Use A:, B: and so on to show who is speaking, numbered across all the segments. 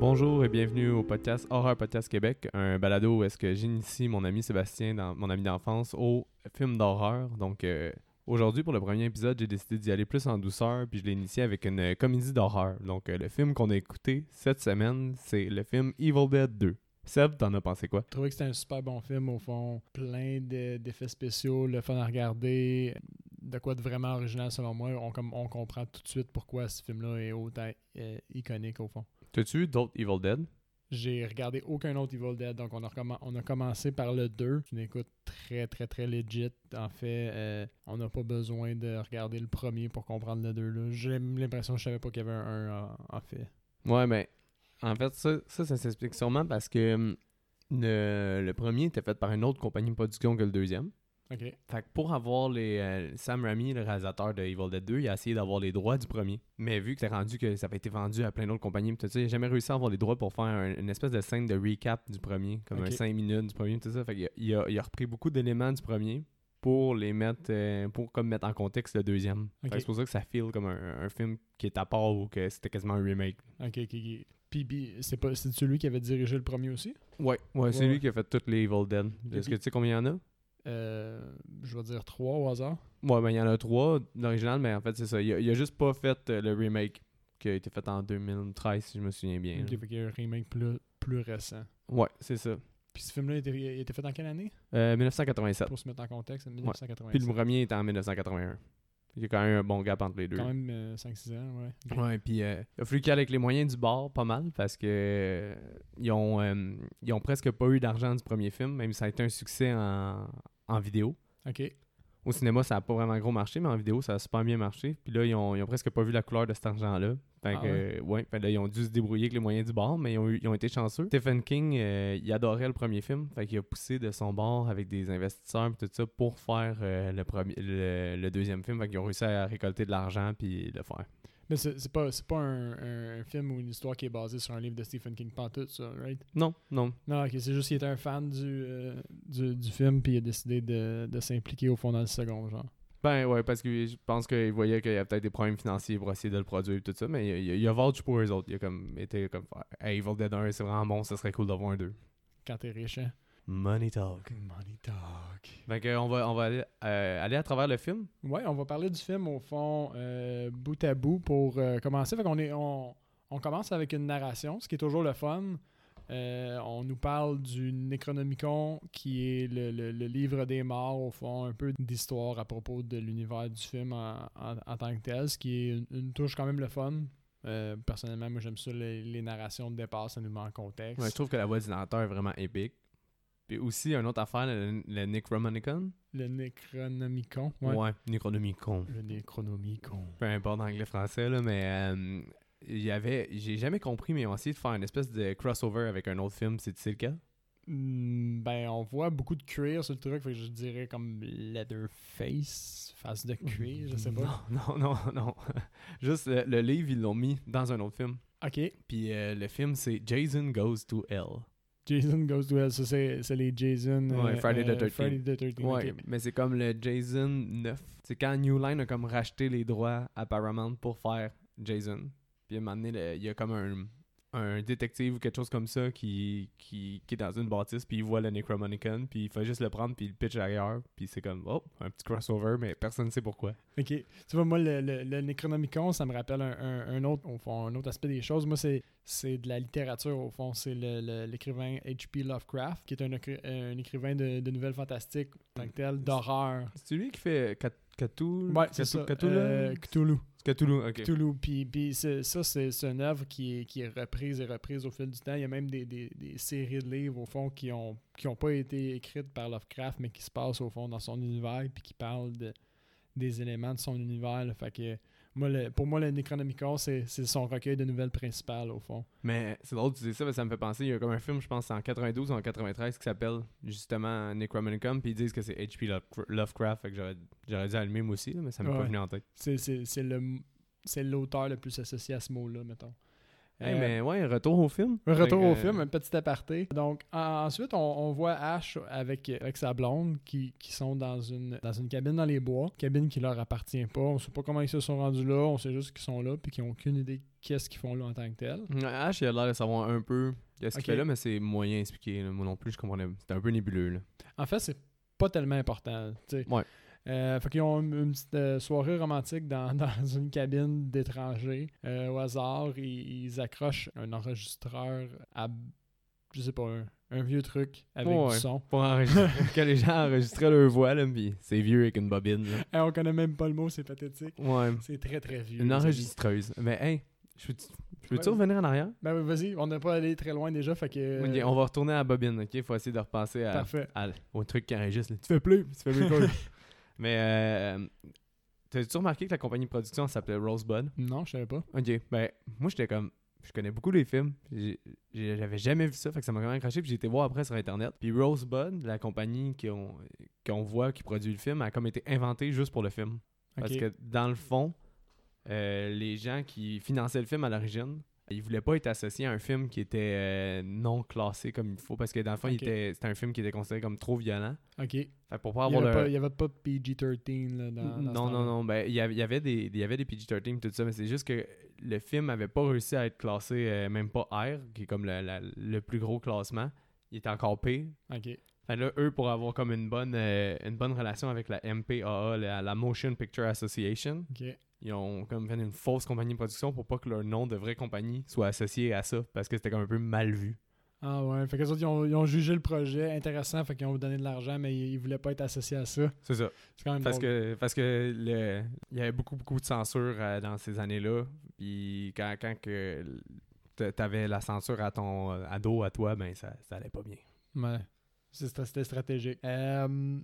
A: Bonjour et bienvenue au podcast Horror Podcast Québec, un balado où est-ce que j'initie mon ami Sébastien, dans- mon ami d'enfance, au film d'horreur. Donc euh, aujourd'hui, pour le premier épisode, j'ai décidé d'y aller plus en douceur, puis je l'ai initié avec une euh, comédie d'horreur. Donc euh, le film qu'on a écouté cette semaine, c'est le film Evil Dead 2. Seb, t'en as pensé quoi?
B: Je trouvais que c'était un super bon film, au fond. Plein de- d'effets spéciaux, le fun à regarder. De quoi de vraiment original, selon moi. On, comme, on comprend tout de suite pourquoi ce film-là est autant euh, iconique, au fond.
A: T'as-tu vu d'autres Evil Dead?
B: J'ai regardé aucun autre Evil Dead, donc on a, recommen- on a commencé par le 2. C'est une écoute très, très, très legit. En fait, euh, on n'a pas besoin de regarder le premier pour comprendre le 2. là. J'ai l'impression que je savais pas qu'il y avait un 1 en, en fait.
A: Ouais, ben, mais en fait, ça, ça, ça s'explique sûrement parce que hum, le, le premier était fait par une autre compagnie de production que le deuxième.
B: Ok.
A: Fait que pour avoir les. euh, Sam Raimi, le réalisateur de Evil Dead 2, il a essayé d'avoir les droits du premier. Mais vu que c'est rendu que ça avait été vendu à plein d'autres compagnies, pis tout ça, il a jamais réussi à avoir les droits pour faire un- une espèce de scène de recap du premier, comme
B: Ok.
A: un 5 minutes du premier, tout ça. Fait qu'il a- il a, il a repris beaucoup d'éléments du premier pour les mettre. euh, pour comme mettre en contexte le deuxième. Fait que
B: Ok.
A: c'est pour ça que ça feel comme un, un film qui est à part ou que c'était quasiment un remake.
B: Ok, ok, ok. Puis, puis c'est pas- c'est celui qui avait dirigé le premier aussi
A: Ouais, ouais, c'est
B: Ouais, ouais.
A: lui qui a fait toutes les Evil Dead. Est-ce que
B: puis-
A: tu sais combien il y en a?
B: Euh, je vais dire 3 au hasard.
A: Ouais, ben il y en a trois l'original, mais en fait, c'est ça. Il a, il a juste pas fait euh, le remake qui a été fait en 2013, si je me souviens bien. là.
B: Ok, fait qu'il y a un remake plus, plus récent.
A: Ouais, c'est ça.
B: Puis ce film-là, il était, il était fait en quelle année
A: Euh, 1987.
B: Pour se mettre en contexte, en
A: Puis le
B: 1987.
A: premier est en 1981. Il y a quand même un bon gap entre les deux.
B: Quand même 5-6 ans, ouais. Ok.
A: Ouais, puis euh, il a fallu qu'il y aille avec les moyens du bord pas mal parce que euh, ils, ont, euh, ils ont presque pas eu d'argent du premier film, même si ça a été un succès en, en vidéo.
B: Ok.
A: Au cinéma, ça a pas vraiment gros marché, mais en vidéo, ça a super bien marché. Puis là, ils ont, ils ont presque pas vu la couleur de cet argent-là. Fait que,
B: Ah ouais?
A: euh, ouais, fait là, ils ont dû se débrouiller avec les moyens du bord, mais ils ont, eu- ils ont été chanceux. Stephen King, euh, il adorait le premier film. Fait qu'il a poussé de son bord avec des investisseurs et tout ça pour faire euh, le, premier, le, le deuxième film. Fait qu'ils ont réussi à récolter de l'argent puis le faire.
B: Mais c'est c'est pas, c'est pas un, un- un film ou une histoire qui est basée sur un livre de Stephen King pantoute, ça, right?
A: Non, non.
B: Non, ok, c'est juste qu'il était un fan du, euh, du, du film, puis il a décidé de, de s'impliquer au fond dans le second, genre.
A: Ben ouais, parce que je pense qu'il voyait qu'il y avait peut-être des problèmes financiers pour essayer de le produire et tout ça, mais il, a- il a vendu pour eux autres. Il a comme été comme Hey, Evil Dead 1, c'est vraiment bon, ça serait cool d'avoir un 2.
B: Quand t'es riche, hein?
A: Money Talk.
B: Money talk.
A: Fait que on va, on va aller, euh, aller à travers le film.
B: Ouais, on va parler du film au fond euh, bout à bout pour euh, commencer. Fait qu'on est on, on commence avec une narration, ce qui est toujours le fun. Euh, on nous parle du Necronomicon, qui est le, le- le livre des morts, au fond, un peu d'histoire à propos de l'univers du film en, en- en tant que tel, ce qui est une, une touche quand même le fun. Euh, personnellement, moi j'aime ça, les, les narrations de départ, ça nous met en contexte.
A: Ouais, je trouve que la voix du narrateur est vraiment épique. Puis aussi, une autre affaire, le, le Necromonicon.
B: Le Necronomicon, ouais.
A: Necronomicon.
B: Le Necronomicon.
A: Peu importe anglais-français, là, mais euh, il y avait. J'ai jamais compris, mais ils ont essayé de faire une espèce de crossover avec un autre film, c'est c'est le cas.
B: Hmm, Ben, on voit beaucoup de cuir sur le truc, fait que je dirais comme Leatherface, face de cuir, je sais pas.
A: Non, non, non, non. Juste le, le livre, ils l'ont mis dans un autre film.
B: Ok,
A: Puis euh, le film, c'est Jason Goes to Hell.
B: Jason Goes to Hell, ça c'est c'est les Jason. euh,
A: Ouais, Friday the 13th.
B: Friday the 13th,
A: Ouais,
B: ok.
A: mais c'est comme le Jason 9. C'est quand New Line a comme racheté les droits à Paramount pour faire Jason. Puis à un moment donné, le- il y a comme un, un détective ou quelque chose comme ça qui, qui, qui est dans une bâtisse, puis il voit le Necromonicon, puis il faut juste le prendre, puis il le pitch ailleurs, puis c'est comme, oh, un petit crossover, mais personne ne sait pourquoi.
B: Ok. Tu vois, moi, le, le, le Necronomicon, ça me rappelle un, un- un autre, au fond, un autre aspect des choses. Moi, c'est, c'est de la littérature, au fond. C'est le- le- l'écrivain H.P. Lovecraft, qui est un, écri- un écrivain de, de nouvelles fantastiques, en tant que tel, d'horreur.
A: C'est lui qui fait Cat- Cthulhu?
B: Ouais, c'est
A: Cthulhu-
B: ça.
A: Cthulhu?
B: euh, Cthulhu.
A: Cthulhu, ok.
B: Cthulhu. Puis, puis c'est- ça, c'est c'est une œuvre qui est, qui est reprise et reprise au fil du temps. Il y a même des, des- des séries de livres, au fond, qui ont, qui ont pas été écrites par Lovecraft, mais qui se passent, au fond, dans son univers, puis qui parlent de- des éléments de son univers. là. Fait que, moi, le- pour moi, le Necronomicon, c'est c'est son recueil de nouvelles principales, au fond.
A: Mais c'est drôle de dire ça, parce que ça me fait penser, il y a comme un film, je pense, en 92 ou en 93 qui s'appelle justement Necromonicon, puis ils disent que c'est H.P. Lovecra- Lovecraft, fait que j'aurais- j'aurais dit à le même aussi, là, mais ça m'est pas
B: Ouais.
A: venu en tête.
B: C'est- C'est c'est le- c'est l'auteur le plus associé à ce mot-là, mettons.
A: Hey,
B: Euh,
A: mais ouais, retour au film.
B: Un Retour
A: Fait que,
B: au
A: euh,
B: film, un petit aparté. Donc, en- ensuite, on, on voit Ash avec, euh, avec sa blonde qui, qui sont dans une, dans une cabine dans les bois. Cabine qui leur appartient pas. On sait pas comment ils se sont rendus là. On sait juste qu'ils sont là puis qu'ils ont aucune idée qu'est-ce qu'ils font là en tant que tel.
A: Ash, il a l'air de savoir un peu qu'est-ce qu'il
B: Ok.
A: fait là, mais c'est moyen expliqué. là. Moi non plus, je comprenais. C'était un peu nébuleux. Là.
B: En fait, c'est pas tellement important. tu sais.
A: Ouais.
B: Euh, fait qu'ils ont une, une petite euh, soirée romantique dans, dans une cabine d'étrangers. Euh, au hasard, ils, ils accrochent un enregistreur à, je sais pas, un, un vieux truc avec
A: Ouais,
B: du
A: ouais.
B: son.
A: Pour enregistrer. que les gens enregistraient leur voix, là, puis c'est vieux avec une bobine. là.
B: Eh, on connaît même pas le mot, c'est pathétique.
A: Ouais.
B: C'est très très vieux.
A: Une
B: les amis.
A: enregistreuse. Mais hey, je peux-tu je peux-tu
B: Ouais.
A: revenir en arrière?
B: Ben oui, vas-y, on n'est pas allé très loin déjà, fait que. euh,
A: Ok, on va retourner à la bobine, ok? Faut essayer de repenser à,
B: Parfait.
A: à- au truc qui enregistre. là. Tu
B: Tu fais plus.
A: fais record. Mais euh, t'as-tu remarqué que la compagnie de production s'appelait Rosebud?
B: Non, je savais pas.
A: Ok, ben moi j'étais comme, je connais beaucoup les films, j'ai- j'ai- j'avais jamais vu ça, fait que ça m'a quand même craché, puis j'ai été voir après sur internet. Puis Rosebud, la compagnie qu'on qu'on voit qui produit le film, a comme été inventée juste pour le film. Parce
B: Ok.
A: que dans le fond, euh, les gens qui finançaient le film à l'origine, ils voulaient pas être associés à un film qui était euh, non classé comme il faut, parce que dans le fond, il
B: Ok.
A: était- c'était un film qui était considéré comme trop violent.
B: Ok. Il
A: Fait que pour pas
B: n'y
A: avoir
B: avait,
A: le...
B: pas- il y avait pas de PG-13 là, dans, dans ce
A: Non, non,
B: temps-là.
A: non. Ben, il y avait- il y avait des, il y avait des PG-13 tout ça, mais c'est juste que le film avait pas réussi à être classé, euh, même pas R, qui est comme le, la- le plus gros classement. Il était encore pire.
B: Ok.
A: Fait que là, eux, pour avoir comme une bonne, euh, une bonne relation avec la MPAA, la, la Motion Picture Association,
B: Ok.
A: ils ont comme fait une fausse compagnie de production pour pas que leur nom de vraie compagnie soit associé à ça, parce que c'était comme un peu mal vu.
B: Ah ouais. Fait que les autres, ils ont, ils ont jugé le projet intéressant, fait qu'ils ont donné de l'argent, mais ils, ils voulaient pas être associés à ça.
A: C'est ça.
B: C'est quand même
A: Parce
B: drôle.
A: que, parce que le, il y avait beaucoup, beaucoup de censure euh, dans ces années-là. Puis quand, quand que t'a- t'avais la censure à ton euh, à dos, à toi, ben ça, ça allait pas bien.
B: Ouais. C'est- C'était c'était stratégique. Euh,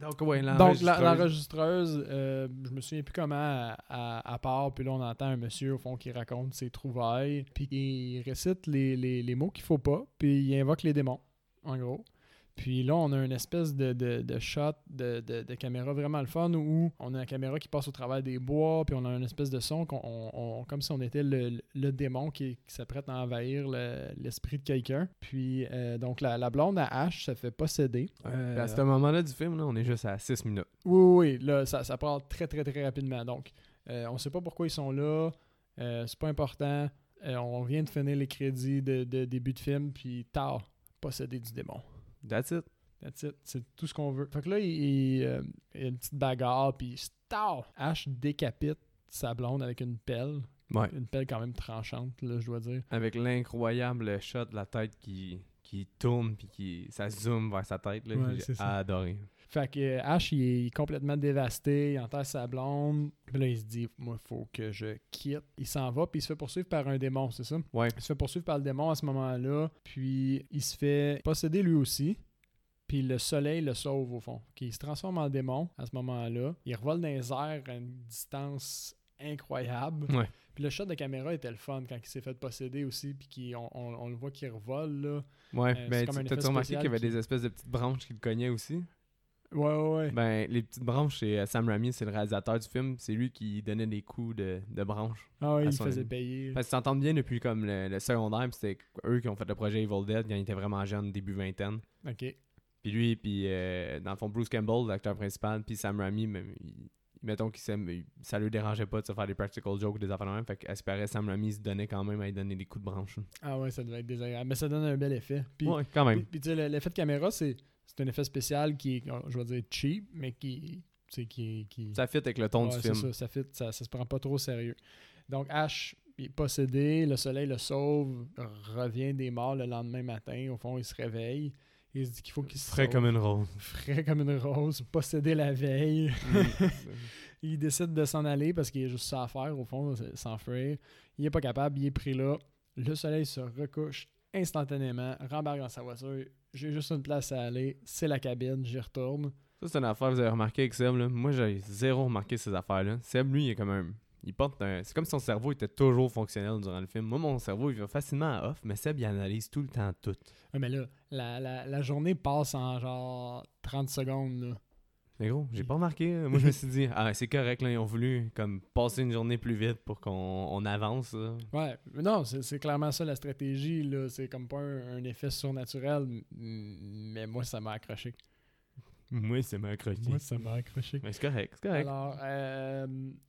A: Donc, ouais,
B: Donc, la-
A: l'enregistreuse-
B: l'enregistreuse, euh, je me souviens plus comment, à, à- à part, puis là, on entend un monsieur, au fond, qui raconte ses trouvailles, puis il récite les, les- les mots qu'il faut pas, puis il invoque les démons, en gros. Puis là, on a une espèce de, de, de shot de, de- de caméra vraiment le fun où on a la caméra qui passe au travers des bois, puis on a une espèce de son qu'on, on- on- comme si on était le, le démon qui, qui s'apprête à envahir le- l'esprit de quelqu'un. Puis euh, donc, la, la blonde à hache se fait posséder.
A: Ouais.
B: Euh,
A: Puis à ce moment-là du film, là, on est juste à 6 minutes.
B: oui, oui, oui, là, ça, ça part très, très, très rapidement. Donc, euh, on sait pas pourquoi ils sont là. euh, c'est pas important. Euh, on vient de finir les crédits de, de début de film, puis tard, possédé du démon.
A: That's it.
B: That's it. C'est tout ce qu'on veut. Fait que là, il, il, euh, il y a une petite bagarre, puis tard, Ash décapite sa blonde avec une pelle.
A: Ouais.
B: Une pelle quand même tranchante, là, je dois dire.
A: Avec l'incroyable shot de la tête qui, qui tourne puis qui ça zoome vers sa tête. là,
B: Ouais,
A: que
B: c'est
A: J'ai
B: ça.
A: adoré.
B: Fait que euh, Ash, il est complètement dévasté, il enterre sa blonde. Puis là, il se dit, moi, faut que je quitte. Il s'en va, puis il se fait poursuivre par un démon, c'est ça?
A: Ouais.
B: Il se fait poursuivre par le démon à ce moment-là, puis il se fait posséder lui aussi. Puis le soleil le sauve au fond. Qui se transforme en démon à ce moment-là. Il revole dans les airs à une distance incroyable.
A: Ouais.
B: Puis le shot de caméra était le fun quand il s'est fait posséder aussi. Puis qu'il- on, on- on le voit qui revole là.
A: Ouais.
B: Euh, c'est
A: ben,
B: comme
A: tu-
B: un
A: t'as-tu
B: effet
A: remarqué
B: spécial
A: qu'il y avait
B: qui-
A: des espèces de petites branches qui le cognaient aussi?
B: Ouais, ouais, ouais.
A: Ben, les petites branches, c'est euh, Sam Raimi, c'est le réalisateur du film. C'est lui qui donnait des coups de, de branches.
B: ah ouais,
A: à
B: il
A: son
B: faisait
A: ami.
B: payer.
A: Parce qu'ils s'entendent bien depuis comme le, le secondaire, puis c'était eux qui ont fait le projet Evil Dead quand ils étaient vraiment jeunes, début vingtaine.
B: Ok.
A: Puis lui, puis euh, dans le fond, Bruce Campbell, l'acteur principal, puis Sam Raimi, même, il- mettons qu'il s'aime, il- ça lui dérangeait pas de se faire des practical jokes ou des affaires de même. Fait qu'à ce qui paraît, Sam Raimi se donnait quand même à lui donner des coups de branche.
B: Ah ouais, ça devait être désagréable. Mais ça donne un bel effet. Puis
A: ouais, quand même.
B: Puis, puis tu sais, le- l'effet de caméra, c'est c'est un effet spécial qui est, euh, je vais dire, cheap, mais qui. tu sais, qui, qui
A: Ça fit avec le ton
B: Ouais,
A: du
B: c'est
A: film.
B: Ça, ça, fit, ça, ça se prend pas trop au sérieux. Donc, Ash il est possédé, le soleil le sauve, revient des morts le lendemain matin. Au fond, il se réveille. Il se dit qu'il faut qu'il se
A: Frais
B: sauve.
A: comme une rose.
B: Frais comme une rose, possédé la veille. Il décide de s'en aller parce qu'il est juste ça à faire, au fond, c'est- s'enfuir. Il est pas capable, il est pris là. Le soleil se recouche instantanément, rembarque dans sa voiture. J'ai juste une place à aller, c'est la cabine, j'y retourne.
A: Ça, c'est une affaire, vous avez remarqué avec Seb. Là. Moi, j'ai zéro remarqué ces affaires-là. Seb, lui, il est comme un. Il porte un. C'est comme si son cerveau était toujours fonctionnel durant le film. Moi, mon cerveau, il va facilement à off, mais Seb, il analyse tout le temps tout.
B: Ah, mais là, la, la- la journée passe en genre 30 secondes. là.
A: Mais gros, j'ai pas remarqué. hein. Moi, je me suis dit, ah, c'est correct, là, ils ont voulu comme passer une journée plus vite pour qu'on on avance. là.
B: Ouais, mais non, c'est c'est clairement ça la stratégie. là. C'est comme pas un, un effet surnaturel, m- mais moi, ça m'a accroché.
A: Moi, c'est ma croquis.
B: ça m'a accroché.
A: Mais c'est correct, c'est correct.
B: Alors, euh,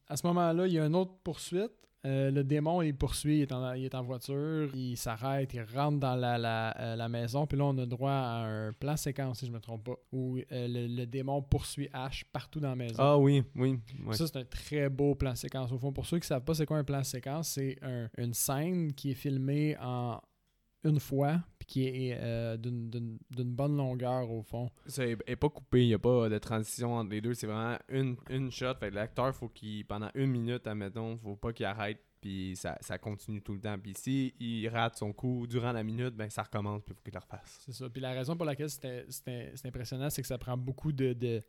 B: à ce moment-là, il y a une autre poursuite. Euh, le démon, il poursuit, il est en, il est en voiture, il s'arrête, il rentre dans la, la, euh, la maison, puis là, on a droit à un plan séquence, si je me trompe pas, où euh, le, le démon poursuit Ash partout dans la maison.
A: Ah oui, oui. ouais.
B: Ça, c'est un très beau plan séquence. Au fond, pour ceux qui ne savent pas c'est quoi un plan séquence, c'est un- une scène qui est filmée en une fois, puis qui est euh, d'une- d'une d'une bonne longueur, au fond.
A: Ça est, est pas coupé, il a pas de transition entre les deux, c'est vraiment une, une shot. Fait que l'acteur, faut qu'il, pendant une minute, admettons, faut pas qu'il arrête, puis ça, ça continue tout le temps. Puis si il rate son coup durant la minute, ben ça recommence, puis faut qu'il le refasse.
B: C'est ça. Puis la raison pour laquelle c'était- c'était c'est impressionnant, c'est que ça prend beaucoup de. de-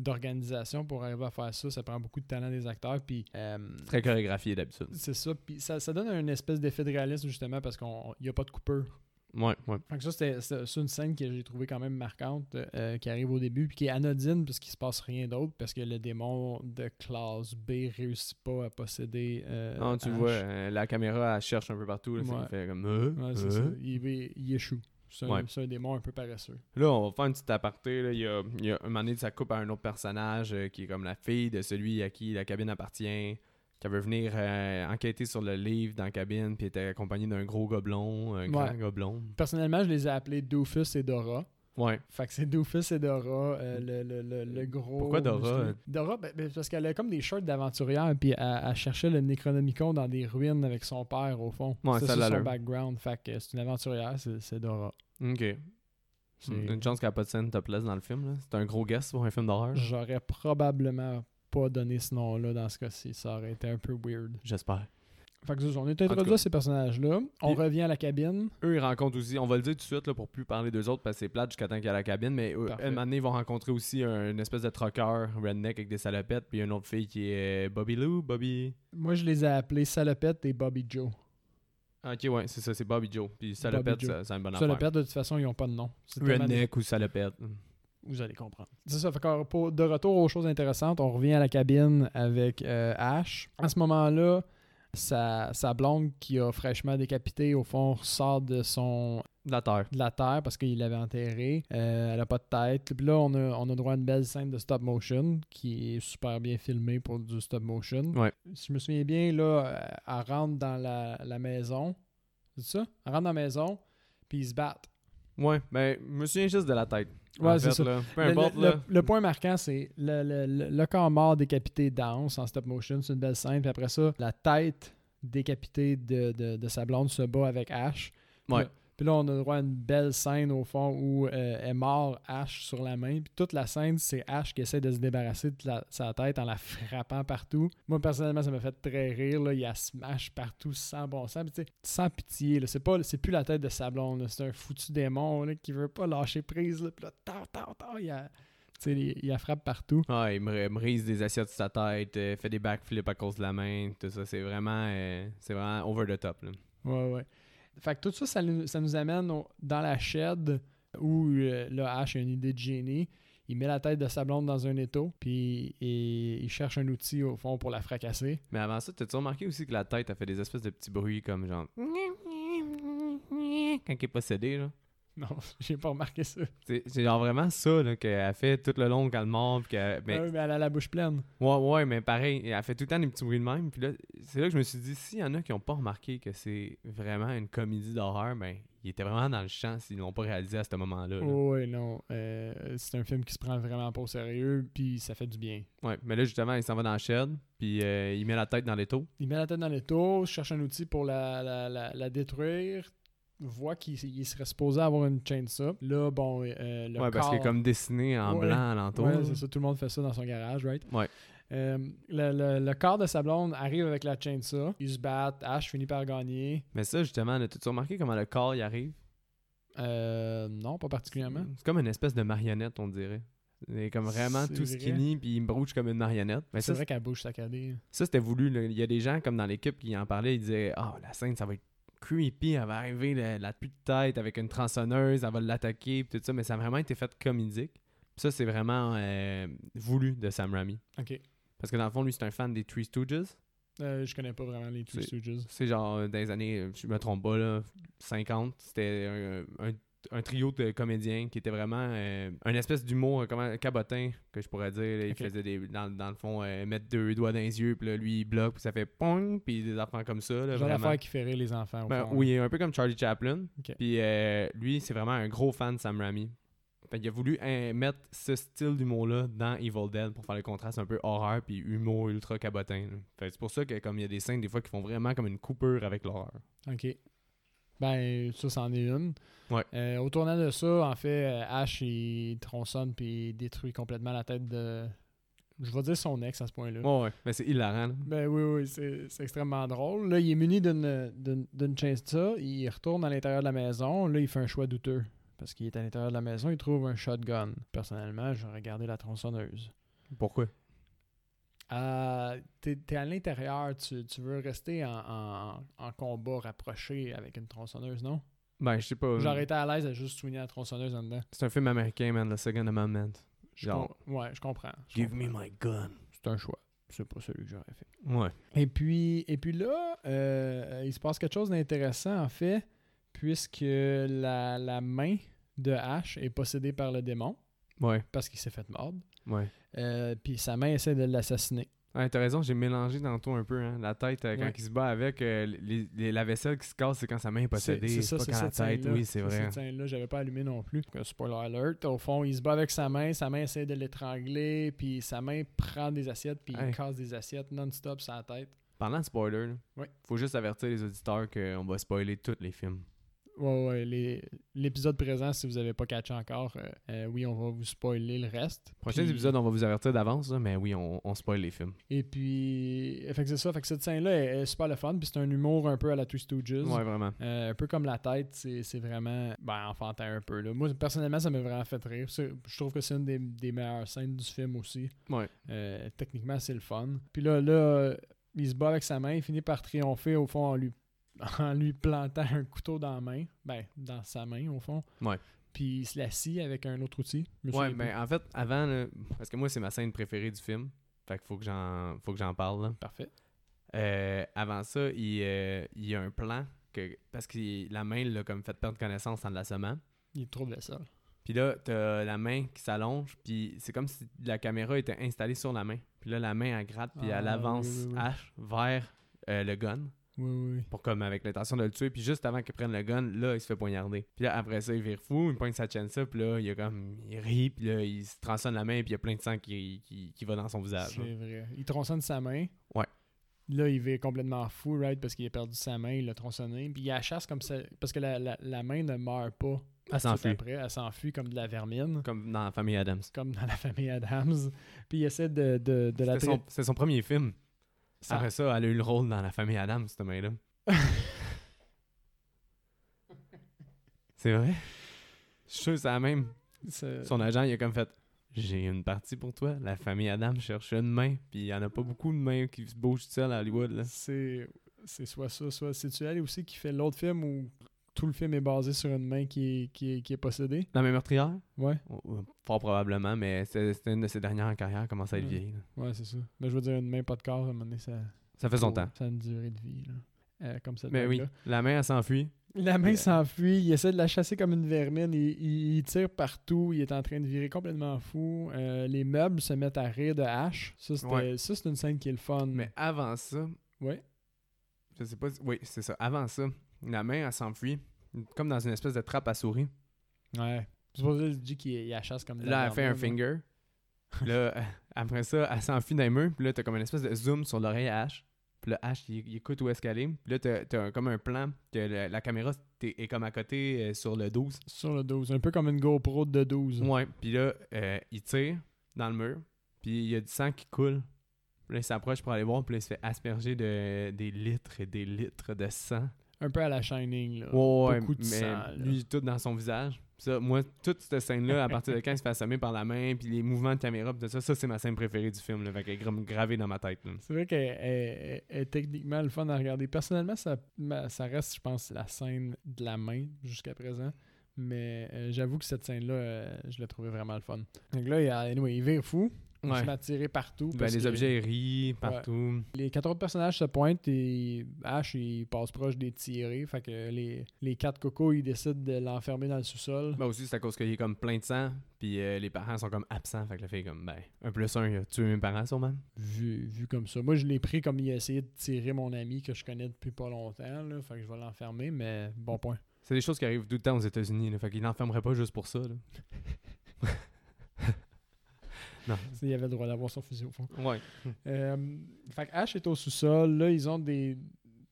B: d'organisation pour arriver à faire ça, ça prend beaucoup de talent des acteurs, puis euh,
A: Très chorégraphié d'habitude.
B: c'est ça, puis ça, ça donne un espèce d'effet de réalisme justement parce qu'il n'y a pas de coupeur.
A: Ouais, ouais.
B: Fait que ça, c'était- c'était- c'est une scène que j'ai trouvée quand même marquante, euh, qui arrive au début, puis qui est anodine, parce qu'il se passe rien d'autre, parce que le démon de classe B réussit pas à posséder. euh,
A: non, tu
B: Ash.
A: vois, euh, la caméra, elle cherche un peu partout, là, fait
B: Ouais.
A: qu'il fait comme. Euh,
B: Ouais, c'est
A: euh.
B: ça. Il, il- il échoue. C'est un,
A: Ouais.
B: c'est un démon un peu paresseux.
A: Là, on va faire une petite aparté. Là. Il, y a, il y a un moment donné, ça coupe à un autre personnage euh, qui est comme la fille de celui à qui la cabine appartient, qui veut venir euh, enquêter sur le livre dans la cabine, puis était accompagné d'un gros gobelon, un grand
B: Ouais.
A: gobelon.
B: Personnellement, je les ai appelés Doofus et Dora.
A: Ouais.
B: Fait que c'est Doofus et Dora, euh, le, le- le- le gros.
A: Pourquoi Dora,
B: musclé.
A: euh?
B: Dora, ben, ben, parce qu'elle a comme des shirts d'aventurière, puis elle, elle cherchait le Necronomicon dans des ruines avec son père, au fond.
A: Ouais,
B: c'est
A: ça l'a
B: son
A: l'air.
B: background. Fait que c'est une aventurière, c'est c'est Dora.
A: Ok.
B: C'est-
A: Hmm, Une chance qu'il n'y a pas de scène topless dans le film. là. C'est un gros guess pour un film d'horreur.
B: J'aurais probablement pas donné ce nom-là dans ce cas-ci. Ça aurait été un peu weird.
A: J'espère.
B: Fait que c'est ça, on est
A: tout
B: introduit
A: cas.
B: à ces personnages-là. On
A: Puis-
B: revient à la cabine.
A: Eux, ils rencontrent aussi, on va le dire tout de suite là, pour plus parler d'eux autres parce que c'est plate jusqu'à temps qu'il y a la cabine, mais eux,
B: Parfait.
A: un moment donné, ils vont rencontrer aussi un- une espèce de troqueur redneck avec des salopettes, puis une autre fille qui est Bobby Lou, Bobby.
B: Moi, je les ai appelés Salopette et Bobby Joe.
A: Ah, Ok, ouais, c'est ça, c'est Bobby Joe. Puis salopette,
B: Joe.
A: ça- c'est une bonne affaire.
B: Salopette, de toute façon, ils ont pas de nom. C'est tellement des-
A: Redneck ou salopette.
B: Vous allez comprendre. C'est ça. Fait que pour, de retour aux choses intéressantes, on revient à la cabine avec euh, Ash. À ce moment-là, sa, sa blonde qui a fraîchement décapité, au fond, sort de son
A: De la terre.
B: de la terre parce qu'il l'avait enterrée. Euh, elle a pas de tête. Puis là, on a, on a droit à une belle scène de stop motion qui est super bien filmée pour du stop motion.
A: Ouais.
B: Si je me souviens bien, là, euh, elle rentre dans la, la maison. C'est ça? Elle rentre dans la maison, puis ils se battent.
A: Ouais, ben, je me souviens juste de la tête. En
B: Ouais, c'est
A: fait,
B: ça.
A: là, peu
B: Le- le-
A: importe,
B: le,
A: là.
B: le point marquant, c'est le, le- le- le corps mort décapité danse en stop motion, c'est une belle scène. Puis après ça, la tête décapitée de, de- de sa blonde se bat avec Ash. Puis
A: Ouais.
B: là- Puis là, on a droit à une belle scène au fond où euh, est mort Ash sur la main. Puis toute la scène, c'est Ash qui essaie de se débarrasser de la- sa tête en la frappant partout. Moi, personnellement, ça m'a fait très rire. Là. Il la smash partout sans bon sens. Puis, tu sais, sans pitié. là. C'est pas, c'est plus la tête de sa blonde. là. C'est un foutu démon là, qui veut pas lâcher prise. Là. Puis là, tant, tant, tant, il la- tu sais, il, il la frappe partout.
A: Ah, il me, il me rise des assiettes sur sa tête, euh, fait des backflips à cause de la main, tout ça. C'est vraiment, euh, c'est vraiment over the top, là.
B: Ouais, ouais. Fait que tout ça, ça, nous- ça nous amène au- dans la shed où euh, le H a une idée de génie. Il met la tête de sa blonde dans un étau, puis et- il cherche un outil au fond pour la fracasser.
A: Mais avant ça, t'as-tu remarqué aussi que la tête a fait des espèces de petits bruits comme genre. Quand il est possédé, là.
B: Non, j'ai pas remarqué ça.
A: C'est c'est genre vraiment ça là, qu'elle a fait tout le long quand elle mord. puis qu'elle-
B: Ah
A: ben,
B: oui, mais elle a la bouche pleine.
A: Ouais, ouais, mais pareil, elle fait tout le temps des petits bruits de même. Puis là, c'est là que je me suis dit, s'il y en a qui n'ont pas remarqué que c'est vraiment une comédie d'horreur, ben, ils étaient vraiment dans le champ s'ils l'ont pas réalisé à ce moment-là. là.
B: Oh, ouais, non. euh, c'est un film qui se prend vraiment pas au sérieux, puis ça fait du bien.
A: Ouais, mais là, justement, il s'en va dans la chaîne, puis euh, il met la tête dans l'étau.
B: Il met la tête dans l'étau, cherche un outil pour la, la, la- la détruire, voit qu'il il serait supposé avoir une chainsaw. Là, bon, euh, le
A: Ouais, parce
B: corps-
A: qu'il est comme dessiné en
B: Ouais.
A: blanc à l'entour.
B: Ouais, c'est ça, tout le monde fait ça dans son garage, right?
A: Ouais.
B: Euh, le, le- le corps de sa blonde arrive avec la chainsaw. Ils se battent. Ash finit par gagner.
A: mais ça, justement, là, t'as-tu remarqué comment le corps y arrive
B: Euh, non, pas particulièrement.
A: C'est comme une espèce de marionnette, on dirait. Il est comme vraiment
B: C'est
A: tout
B: vrai.
A: skinny, puis il me brouche comme une marionnette. Mais
B: C'est
A: ça,
B: vrai qu'elle bouge saccadée.
A: Ça, c'était voulu. là. Il y a des gens comme dans l'équipe qui en parlaient, ils disaient Ah, la scène, ça va être creepy, elle va arriver, la, la pute de tête avec une tronçonneuse, elle va l'attaquer, pis tout ça, mais ça a vraiment été fait comédique. Pis Puis ça, c'est vraiment euh, voulu de Sam Raimi.
B: Ok.
A: Parce que dans le fond, lui, c'est un fan des Three Stooges.
B: Euh, je connais pas vraiment les Two
A: C'est-
B: Stooges.
A: C'est genre euh, dans les années, euh, je me trompe pas, là, 50, c'était un, un- un trio de comédiens qui était vraiment euh, un espèce d'humour euh, comment, cabotin, que je pourrais dire. là. il
B: Ok.
A: faisait des, dans, dans le fond, euh, mettre deux doigts dans les yeux, puis là, lui, il bloque, puis ça fait pong, puis des enfants comme ça. Là,
B: Genre
A: vraiment.
B: l'affaire qui ferait les enfants. Au
A: Ben,
B: fond,
A: oui, un peu comme Charlie Chaplin.
B: Ok.
A: Puis euh, lui, c'est vraiment un gros fan de Sam Raimi. Fait qu'il a voulu hein, mettre ce style d'humour-là dans Evil Dead pour faire le contraste un peu horreur puis humour ultra cabotin. là. Fait que c'est pour ça que comme il y a des scènes des fois qui font vraiment comme une coupure avec l'horreur.
B: là. Ok. Ben, ça, c'en est une.
A: Ouais.
B: Euh, au tournant de ça, en fait, euh, Ash, il tronçonne puis il détruit complètement la tête de. Je vais dire son ex à ce point-là.
A: Ouais, ouais. Mais c'est hilarant. là.
B: Ben oui, oui, c'est c'est extrêmement drôle. Là, il est muni d'une- d'une d'une chainsaw, il retourne à l'intérieur de la maison, là, il fait un choix douteux. Parce qu'il est à l'intérieur de la maison, il trouve un shotgun. Personnellement, j'aurais gardé la tronçonneuse.
A: Pourquoi?
B: Euh, T'es t'es à l'intérieur, tu, tu veux rester en, en- en combat rapproché avec une tronçonneuse, non?
A: Ben, je sais pas.
B: J'aurais été à l'aise à juste souvenir la tronçonneuse en dedans.
A: C'est un film américain, man, le Second Amendment.
B: Je
A: Genre.
B: com- ouais, je comprends. je comprends.
A: my gun.
B: C'est un choix. C'est pas celui que j'aurais fait.
A: Ouais.
B: Et puis, et puis là, euh, il se passe quelque chose d'intéressant en fait, puisque la, la main de Ash est possédée par le démon
A: Ouais.
B: parce qu'il s'est fait mordre.
A: Ouais.
B: Euh, puis sa main essaie de l'assassiner.
A: Ouais, t'as raison, j'ai mélangé tantôt un peu, hein. La tête, euh, quand
B: Ouais.
A: il se bat avec, euh, les- les- la vaisselle qui se casse, c'est quand sa main est possédée.
B: C'est- c'est ça,
A: pas
B: c'est
A: quand la
B: cette
A: tête,
B: scène-là.
A: oui, c'est vrai. hein.
B: Cette scène-là, j'avais pas allumé non plus. Donc, Spoiler alert. Au fond, il se bat avec sa main, sa main essaie de l'étrangler, puis sa main prend des assiettes, puis
A: Hey.
B: il casse des assiettes non-stop sur la tête.
A: Parlant de spoiler, là,
B: Oui.
A: faut juste avertir les auditeurs qu'on va spoiler tous les films.
B: Ouais, ouais, les- l'épisode présent, si vous avez pas catché encore, euh, euh, oui, on va vous spoiler le reste.
A: Prochain
B: Puis-
A: épisode, on va vous avertir d'avance, là, mais oui, on, on spoil les films.
B: Et puis, euh, fait que c'est ça. Fait que cette scène-là est, est super le fun. Puis c'est un humour un peu à la Three Stooges.
A: Ouais, vraiment.
B: Euh, un peu comme la tête, c'est c'est vraiment ben, enfantin un peu. Là. Moi, personnellement, ça m'a vraiment fait rire. C'est- Je trouve que c'est une des, des meilleures scènes du film aussi.
A: Ouais.
B: Euh, techniquement, c'est le fun. Puis là, là euh, il se bat avec sa main. Il finit par triompher, au fond, en lui, en lui plantant un couteau dans la main. Ben, dans sa main, au fond.
A: Ouais.
B: Puis il se l'assit avec un autre outil. Je me
A: Ouais, ben,
B: souviens
A: mais en fait, avant, là, parce que moi, c'est ma scène préférée du film. Fait qu'il faut que j'en faut que j'en parle. là.
B: plus. Parfait.
A: Euh, avant ça, il, euh, il y a un plan que parce que la main l'a comme fait perdre connaissance en l'assommant.
B: Il trouve la seule.
A: Puis là, t'as la main qui s'allonge, puis c'est comme si la caméra était installée sur la main. Puis là, la main, elle gratte, puis elle
B: Ah,
A: avance
B: oui, oui, oui.
A: H vers euh, le gun.
B: Oui, oui.
A: pour comme avec l'intention de le tuer. Puis juste avant qu'il prenne le gun, là, il se fait poignarder. Puis là, après ça, il vire fou, il pointe sa chaîne ça, puis là, il a comme, il rit, puis là, il se transonne la main, puis il y a plein de sang qui, qui, qui va dans son visage.
B: C'est vrai. Il tronçonne sa main.
A: Ouais.
B: Là, il est complètement fou, right? Parce qu'il a perdu sa main, il l'a tronçonné. Puis il la chasse comme ça. Parce que la, la- la main ne meurt pas. tout de suite
A: s'enfuit.
B: Après, elle s'enfuit comme de la vermine,
A: Comme dans la famille Adams.
B: comme dans la famille Adams. Puis il essaie de, de, de la Ah.
A: C'était son,
B: traiter.
A: c'était son premier film.
B: Ça-
A: Après ça, elle a eu le rôle dans la famille Adams, cette main-là. C'est vrai? Je suis sûr que c'est la même.
B: c'est-
A: Son agent, il a comme fait J'ai une partie pour toi. La famille Adams cherche une main, puis il n'y en a pas beaucoup de mains qui se bougent tout seul à Hollywood. Là.
B: C'est c'est soit ça, soit. C'est-tu elle aussi qui fait l'autre film où tout le film est basé sur une main qui est, qui est, qui est possédée?
A: La même meurtrière?
B: Ouais,
A: Oh, Fort probablement, mais c'est- c'était une de ses dernières en carrière, commence à être
B: Ouais.
A: vieille. là.
B: ouais, c'est ça. Mais je veux dire, une main pas de corps, à un moment donné, ça.
A: Ça fait son temps.
B: Ça a une durée de vie, là. Euh, comme ça.
A: Mais oui, la main, elle s'enfuit.
B: La main
A: Euh,
B: s'enfuit, il essaie de la chasser comme une vermine, il, il- il tire partout, il est en train de virer complètement fou. Euh, les meubles se mettent à rire de hache. Ça, c'était-
A: Ouais.
B: ça, c'est une scène qui est le fun.
A: Mais avant ça,
B: Ouais.
A: je sais pas. si- Oui, c'est ça. Avant ça, la main, elle s'enfuit, comme dans une espèce de trappe à souris.
B: Ouais. C'est pour ça que je dis qu'il il la chasse comme de la
A: Là, elle fait un
B: vermine.
A: finger. là, euh, après ça, elle s'enfuit d'un mur. Puis là, t'as comme une espèce de zoom sur l'oreille à H. Puis là, H, il, il écoute où est-ce qu'elle est. Puis là, t'as, t'as un- comme un plan que la, la caméra t'es- est comme à côté euh, sur le 12.
B: Sur le 12, un peu comme une GoPro de 12.
A: Ouais, puis là, euh, il tire dans le mur, puis il y a du sang qui coule. Puis là, il s'approche pour aller voir, puis là, il se fait asperger de, des litres et des litres de sang.
B: Un peu à la Shining, là.
A: Ouais,
B: beaucoup de
A: mais
B: sang, là.
A: lui, tout dans son visage. Ça, moi, toute cette scène-là, à partir de quand il se fait assommer par la main, puis les mouvements de caméra, puis tout ça, ça, c'est ma scène préférée du film. Là, fait qu'elle est comme gravée dans ma tête. là.
B: C'est vrai qu'elle elle- elle est techniquement le fun à regarder. Personnellement, ça, ma- ça reste, je pense, la scène de la main jusqu'à présent. Mais euh, j'avoue que cette scène-là, euh, je l'ai trouvé vraiment le fun. Donc là, il, a, anyway, il vire fou. Il se
A: Ouais.
B: met à tirer partout.
A: Ben,
B: parce
A: les
B: que
A: objets ils rient partout.
B: Les quatre autres personnages se pointent et Ash, il passe proche des tirés. Fait que les, les quatre cocos, ils décident de l'enfermer dans le sous-sol.
A: Ben aussi, c'est à cause qu'il est comme plein de sang, puis euh, les parents sont comme absents. Fait que la fille est comme, ben, un plus un, il a tué mes parents sûrement.
B: Vu, vu comme ça. Moi, je l'ai pris comme il a essayé de tirer mon ami que je connais depuis pas longtemps. Là, fait que je vais l'enfermer, mais bon point.
A: C'est des choses qui arrivent tout le temps aux États-Unis. là. Fait qu'il n'enfermerait pas juste pour ça. là.
B: Il avait le droit d'avoir son fusil au fond.
A: Ouais.
B: Euh, fait que Ash est au sous-sol. Là, ils ont des,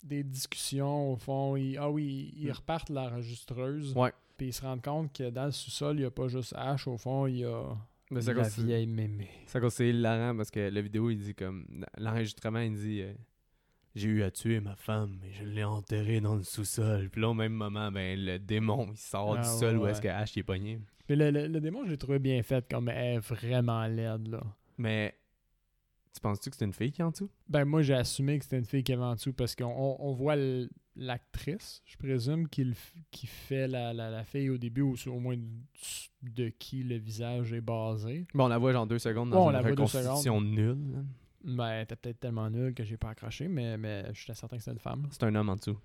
B: des discussions au fond. Ils- ah oui, ils
A: Mm.
B: repartent l'enregistreuse.
A: Ouais.
B: Puis ils se rendent compte que dans le sous-sol, il n'y a pas juste Ash. Au fond, il y a
A: Ben, c'est à
B: la
A: cause-
B: vieille mémé.
A: C'est à cause que c'est hilarant parce que la vidéo, il dit comme. L'enregistrement, il dit euh, J'ai eu à tuer ma femme et je l'ai enterrée dans le sous-sol. Puis là, au même moment, ben, le démon, il sort
B: Ah,
A: du sol
B: ouais,
A: où est-ce que
B: ouais.
A: Ash il est pogné.
B: Mais le, le- le démon, je l'ai trouvé bien fait. Comme elle est vraiment laide, là.
A: Mais. Tu penses-tu que c'est une fille qui est en dessous
B: Ben, moi, j'ai assumé que c'était une fille qui avait en dessous parce qu'on on- on voit l- l'actrice, je présume, qui, le f- qui fait la, la, la fille au début, ou au moins de qui le visage est basé.
A: Bon, on la voit genre deux secondes
B: Ouais,
A: dans
B: on
A: une
B: la voit deux
A: reconstitution nulle. hein. là.
B: Ben, t'es peut-être tellement nul que j'ai pas accroché, mais, mais je suis certain que c'est une femme.
A: C'est un homme en dessous.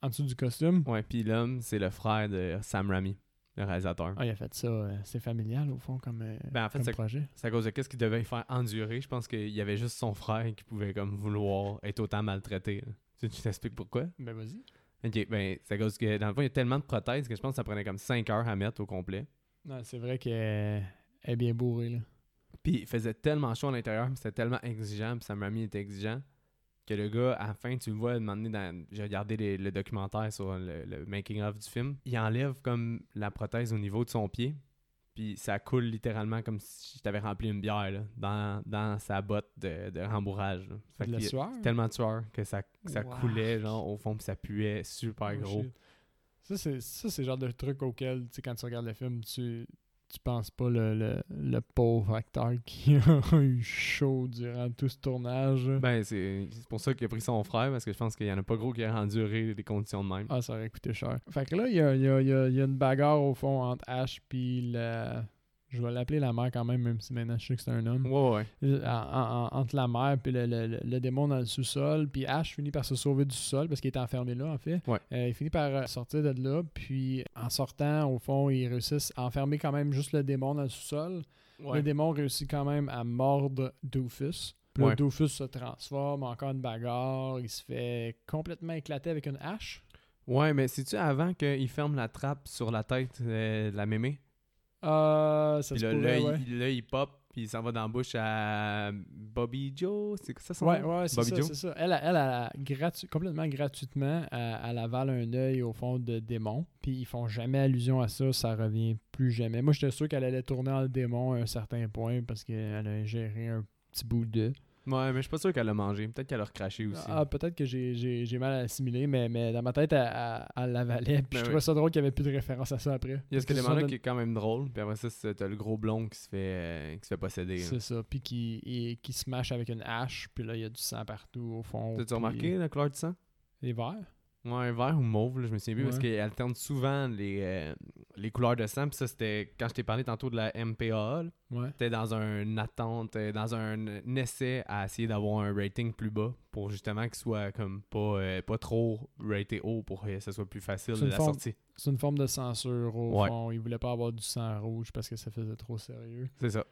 B: En dessous du costume.
A: Ouais, puis l'homme, c'est le frère de Sam Rami, le réalisateur.
B: Ah, il a fait ça. euh, c'est familial, au fond, comme, euh,
A: Ben, en fait,
B: comme
A: c'est-
B: projet.
A: C'est à cause de qu'est-ce qu'il devait faire endurer. Je pense qu'il y avait juste son frère qui pouvait comme vouloir être autant maltraité. là. Tu tu t'expliques pourquoi?
B: Ben, vas-y.
A: Ok, ben, c'est à cause que dans le fond, il y a tellement de prothèses que je pense que ça prenait comme 5 heures à mettre au complet.
B: Non, c'est vrai qu'elle elle est bien bourrée, là.
A: Puis il faisait tellement chaud à l'intérieur, puis c'était tellement exigeant, puis sa mamie était exigeant, que le gars, à la fin, tu le vois, m'emmener dans. J'ai regardé les- le documentaire sur le, le making-of du film. Il enlève comme la prothèse au niveau de son pied, puis ça coule littéralement comme si je t'avais rempli une bière, là, dans, dans sa botte de, de rembourrage. là. Fait
B: De la
A: qu'il-
B: sueur.
A: tellement tueur que ça, que ça
B: Mm. Wow.
A: coulait, genre, au fond, puis ça puait super
B: Oh,
A: gros.
B: shit. Ça, c'est ça, c'est le genre de truc auquel, tu sais, quand tu regardes le film, tu, tu penses pas le, le, le pauvre acteur qui a eu chaud durant tout ce tournage. là.
A: Ben, c'est c'est pour ça qu'il a pris son frère, parce que je pense qu'il y en a pas gros qui a enduré les conditions de même.
B: Ah, ça aurait coûté cher. Fait que là, il y a, il y a- il y a- il y a une bagarre au fond entre Ash puis la. Je vais l'appeler la mère quand même, même si maintenant je sais que c'est un homme. Euh,
A: Ouais, ouais, ouais.
B: En- en- en- entre la mère puis le, le- le- le démon dans le sous-sol. Puis Ash finit par se sauver du sol parce qu'il est enfermé là, en fait.
A: Ouais.
B: Euh, il finit par euh, sortir de là. Puis en sortant, au fond, ils réussissent à enfermer quand même juste le démon dans le sous-sol. Le démon réussit quand même à mordre Doofus. Puis là,
A: Ouais.
B: Doofus se transforme, encore une bagarre. Il se fait complètement éclater avec une hache.
A: Ouais, mais c'est-tu avant qu'il ferme la trappe sur la tête euh, de la mémé?
B: Ah, ça
A: Puis
B: se
A: là,
B: pourrait,
A: l'œil,
B: ouais.
A: il- l'œil, il pop, puis il s'en va dans la bouche à Bobby Joe, c'est ça son
B: Ouais,
A: nom?
B: ouais, c'est
A: Bobby
B: ça,
A: Joe?
B: c'est ça. Elle, elle, elle, gratu- complètement gratuitement, elle, elle avale un œil au fond de démon. Puis ils font jamais allusion à ça, ça revient plus jamais. Moi, j'étais sûr qu'elle allait tourner en démon à un certain point parce qu'elle a ingéré un petit bout de.
A: Ouais, mais je suis pas sûr qu'elle l'a mangé. Peut-être qu'elle a recraché aussi.
B: Ah, peut-être que j'ai- j'ai j'ai mal assimilé, mais, mais dans ma tête, elle, elle- elle l'avalait. Puis
A: Ben
B: je
A: oui.
B: trouvais ça drôle qu'il n'y avait plus de référence à ça après.
A: il y a ce
B: Parce que
A: élément-là
B: ça, ben-
A: qui est quand même drôle, puis après ça, c'est- t'as le gros blond qui se fait, euh, qui se fait posséder. là.
B: C'est ça, puis qui, et- qui se mâche avec une hache, puis là, il y a du sang partout au fond.
A: T'as-tu
B: puis-
A: remarqué la couleur du sang?
B: Les verts.
A: Ouais, vert ou mauve, là, je me souviens plus, parce
B: Ouais.
A: qu'elle alterne souvent les, euh, les couleurs de sang. Puis ça, c'était quand je t'ai parlé tantôt de la MPA,
B: Ouais.
A: C'était dans une attente, euh, dans un un essai à essayer d'avoir un rating plus bas pour justement qu'il soit comme pas, euh, pas trop raté haut pour que ce soit plus facile
B: C'est
A: de
B: une
A: la
B: forme-
A: sortie.
B: C'est une forme de censure au
A: Ouais.
B: fond. Ils voulaient pas avoir du sang rouge parce que ça faisait trop sérieux.
A: C'est ça.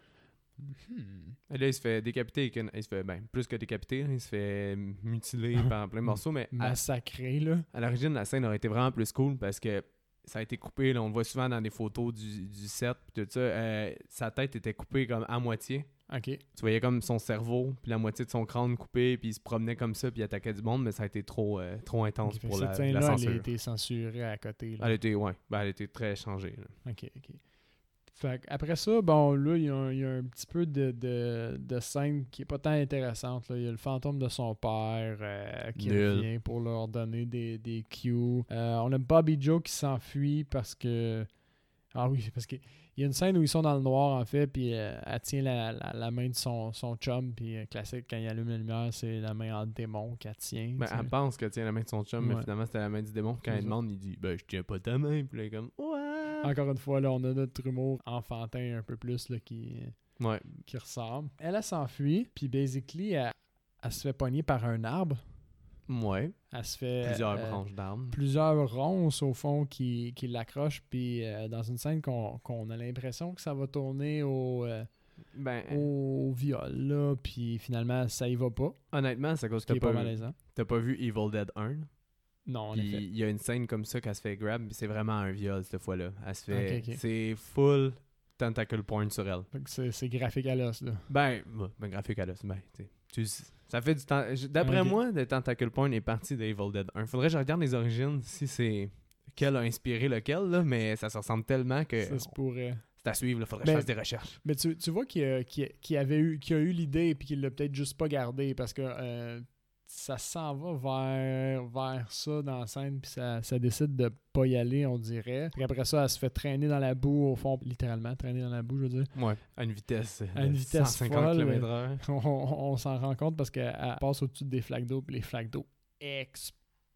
A: Et là, il se fait décapiter, avec une- il se fait ben, plus que décapiter, il se fait mutiler par plein de morceaux, mais à,
B: Massacré, là.
A: à l'origine, la scène aurait été vraiment plus cool parce que ça a été coupé, là, on le voit souvent dans des photos du, du set, puis tout ça, euh, sa tête était coupée comme à moitié.
B: Ok.
A: Tu voyais comme son cerveau, puis la moitié de son crâne coupé, puis il se promenait comme ça, puis il attaquait du monde, mais ça a été trop, euh, trop intense
B: Fait que
A: pour
B: cette
A: la, la
B: scène-là, elle
A: censure.
B: a été censurée à côté. Là.
A: Elle était, ouais, ben, elle était très changée. là.
B: Ok, ok. Fait que après ça, bon, là, il y a un, il y a un petit peu de, de, de scène qui est pas tant intéressante. là. Il y a le fantôme de son père euh, qui
A: Nul.
B: revient pour leur donner des, des cues. Euh, on a Bobby Joe qui s'enfuit parce que. Ah oui, parce que il y a une scène où ils sont dans le noir, en fait, puis euh, elle tient la, la, la main de son, son chum, puis euh, classique, quand il allume la lumière, c'est la main en démon qu'elle tient.
A: Ben,
B: tu sais.
A: elle pense que tient la main de son chum, mais
B: Ouais.
A: finalement, c'était la main du démon. Puis Quand
B: C'est
A: elle
B: ça.
A: demande, il dit, ben, je tiens pas ta main. Puis là, il est comme, ouais.
B: Encore une fois, là, on a notre humour enfantin un peu plus là, qui,
A: Ouais.
B: qui ressemble. Elle, elle s'enfuit, puis basically, elle, elle se fait pogner par un arbre.
A: Ouais.
B: Elle se fait.
A: Plusieurs
B: euh,
A: branches d'armes.
B: plusieurs ronces au fond qui, qui l'accrochent, puis euh, dans une scène qu'on qu'on a l'impression que ça va tourner au, euh,
A: Ben,
B: au viol, là, puis finalement ça y va pas,
A: honnêtement, c'est à cause
B: ce qui
A: que
B: est
A: t'as
B: pas
A: pas, vu-
B: malaisant.
A: t'as pas vu Evil Dead 1.
B: Non, en
A: Puis
B: effet.
A: il y a une scène comme ça qu'elle se fait grab, puis c'est vraiment un viol cette fois-là. Elle se fait.
B: Ok, ok.
A: C'est full tentacle point sur elle.
B: Fait que c'est- C'est graphique à l'os, là.
A: Ben, bah, ben graphique à l'os. Ben, tu sais, tu sais, ça fait du temps. je- D'après
B: Ok.
A: moi, le tentacle point est parti d'Evil Dead 1. Faudrait que je regarde les origines si c'est. Quel a inspiré lequel, là, mais ça se ressemble tellement que
B: Ça euh, se pourrait.
A: c'est à suivre, là, faudrait que
B: Ben,
A: je fasse des recherches.
B: Mais tu, tu vois qu'il a, qu'il a- qu'il avait eu, qu'il a eu l'idée, puis qu'il l'a peut-être juste pas gardée, parce que euh, ça s'en va vers, vers ça dans la scène, puis ça, ça décide de pas y aller, on dirait. Puis après ça, elle se fait traîner dans la boue, au fond, littéralement, traîner dans la boue, je veux dire.
A: Ouais, à une vitesse. euh,
B: À une
A: de
B: vitesse
A: 150
B: folle.
A: km/h.
B: On, on s'en rend compte parce qu'elle passe au-dessus des flaques d'eau, puis les flaques d'eau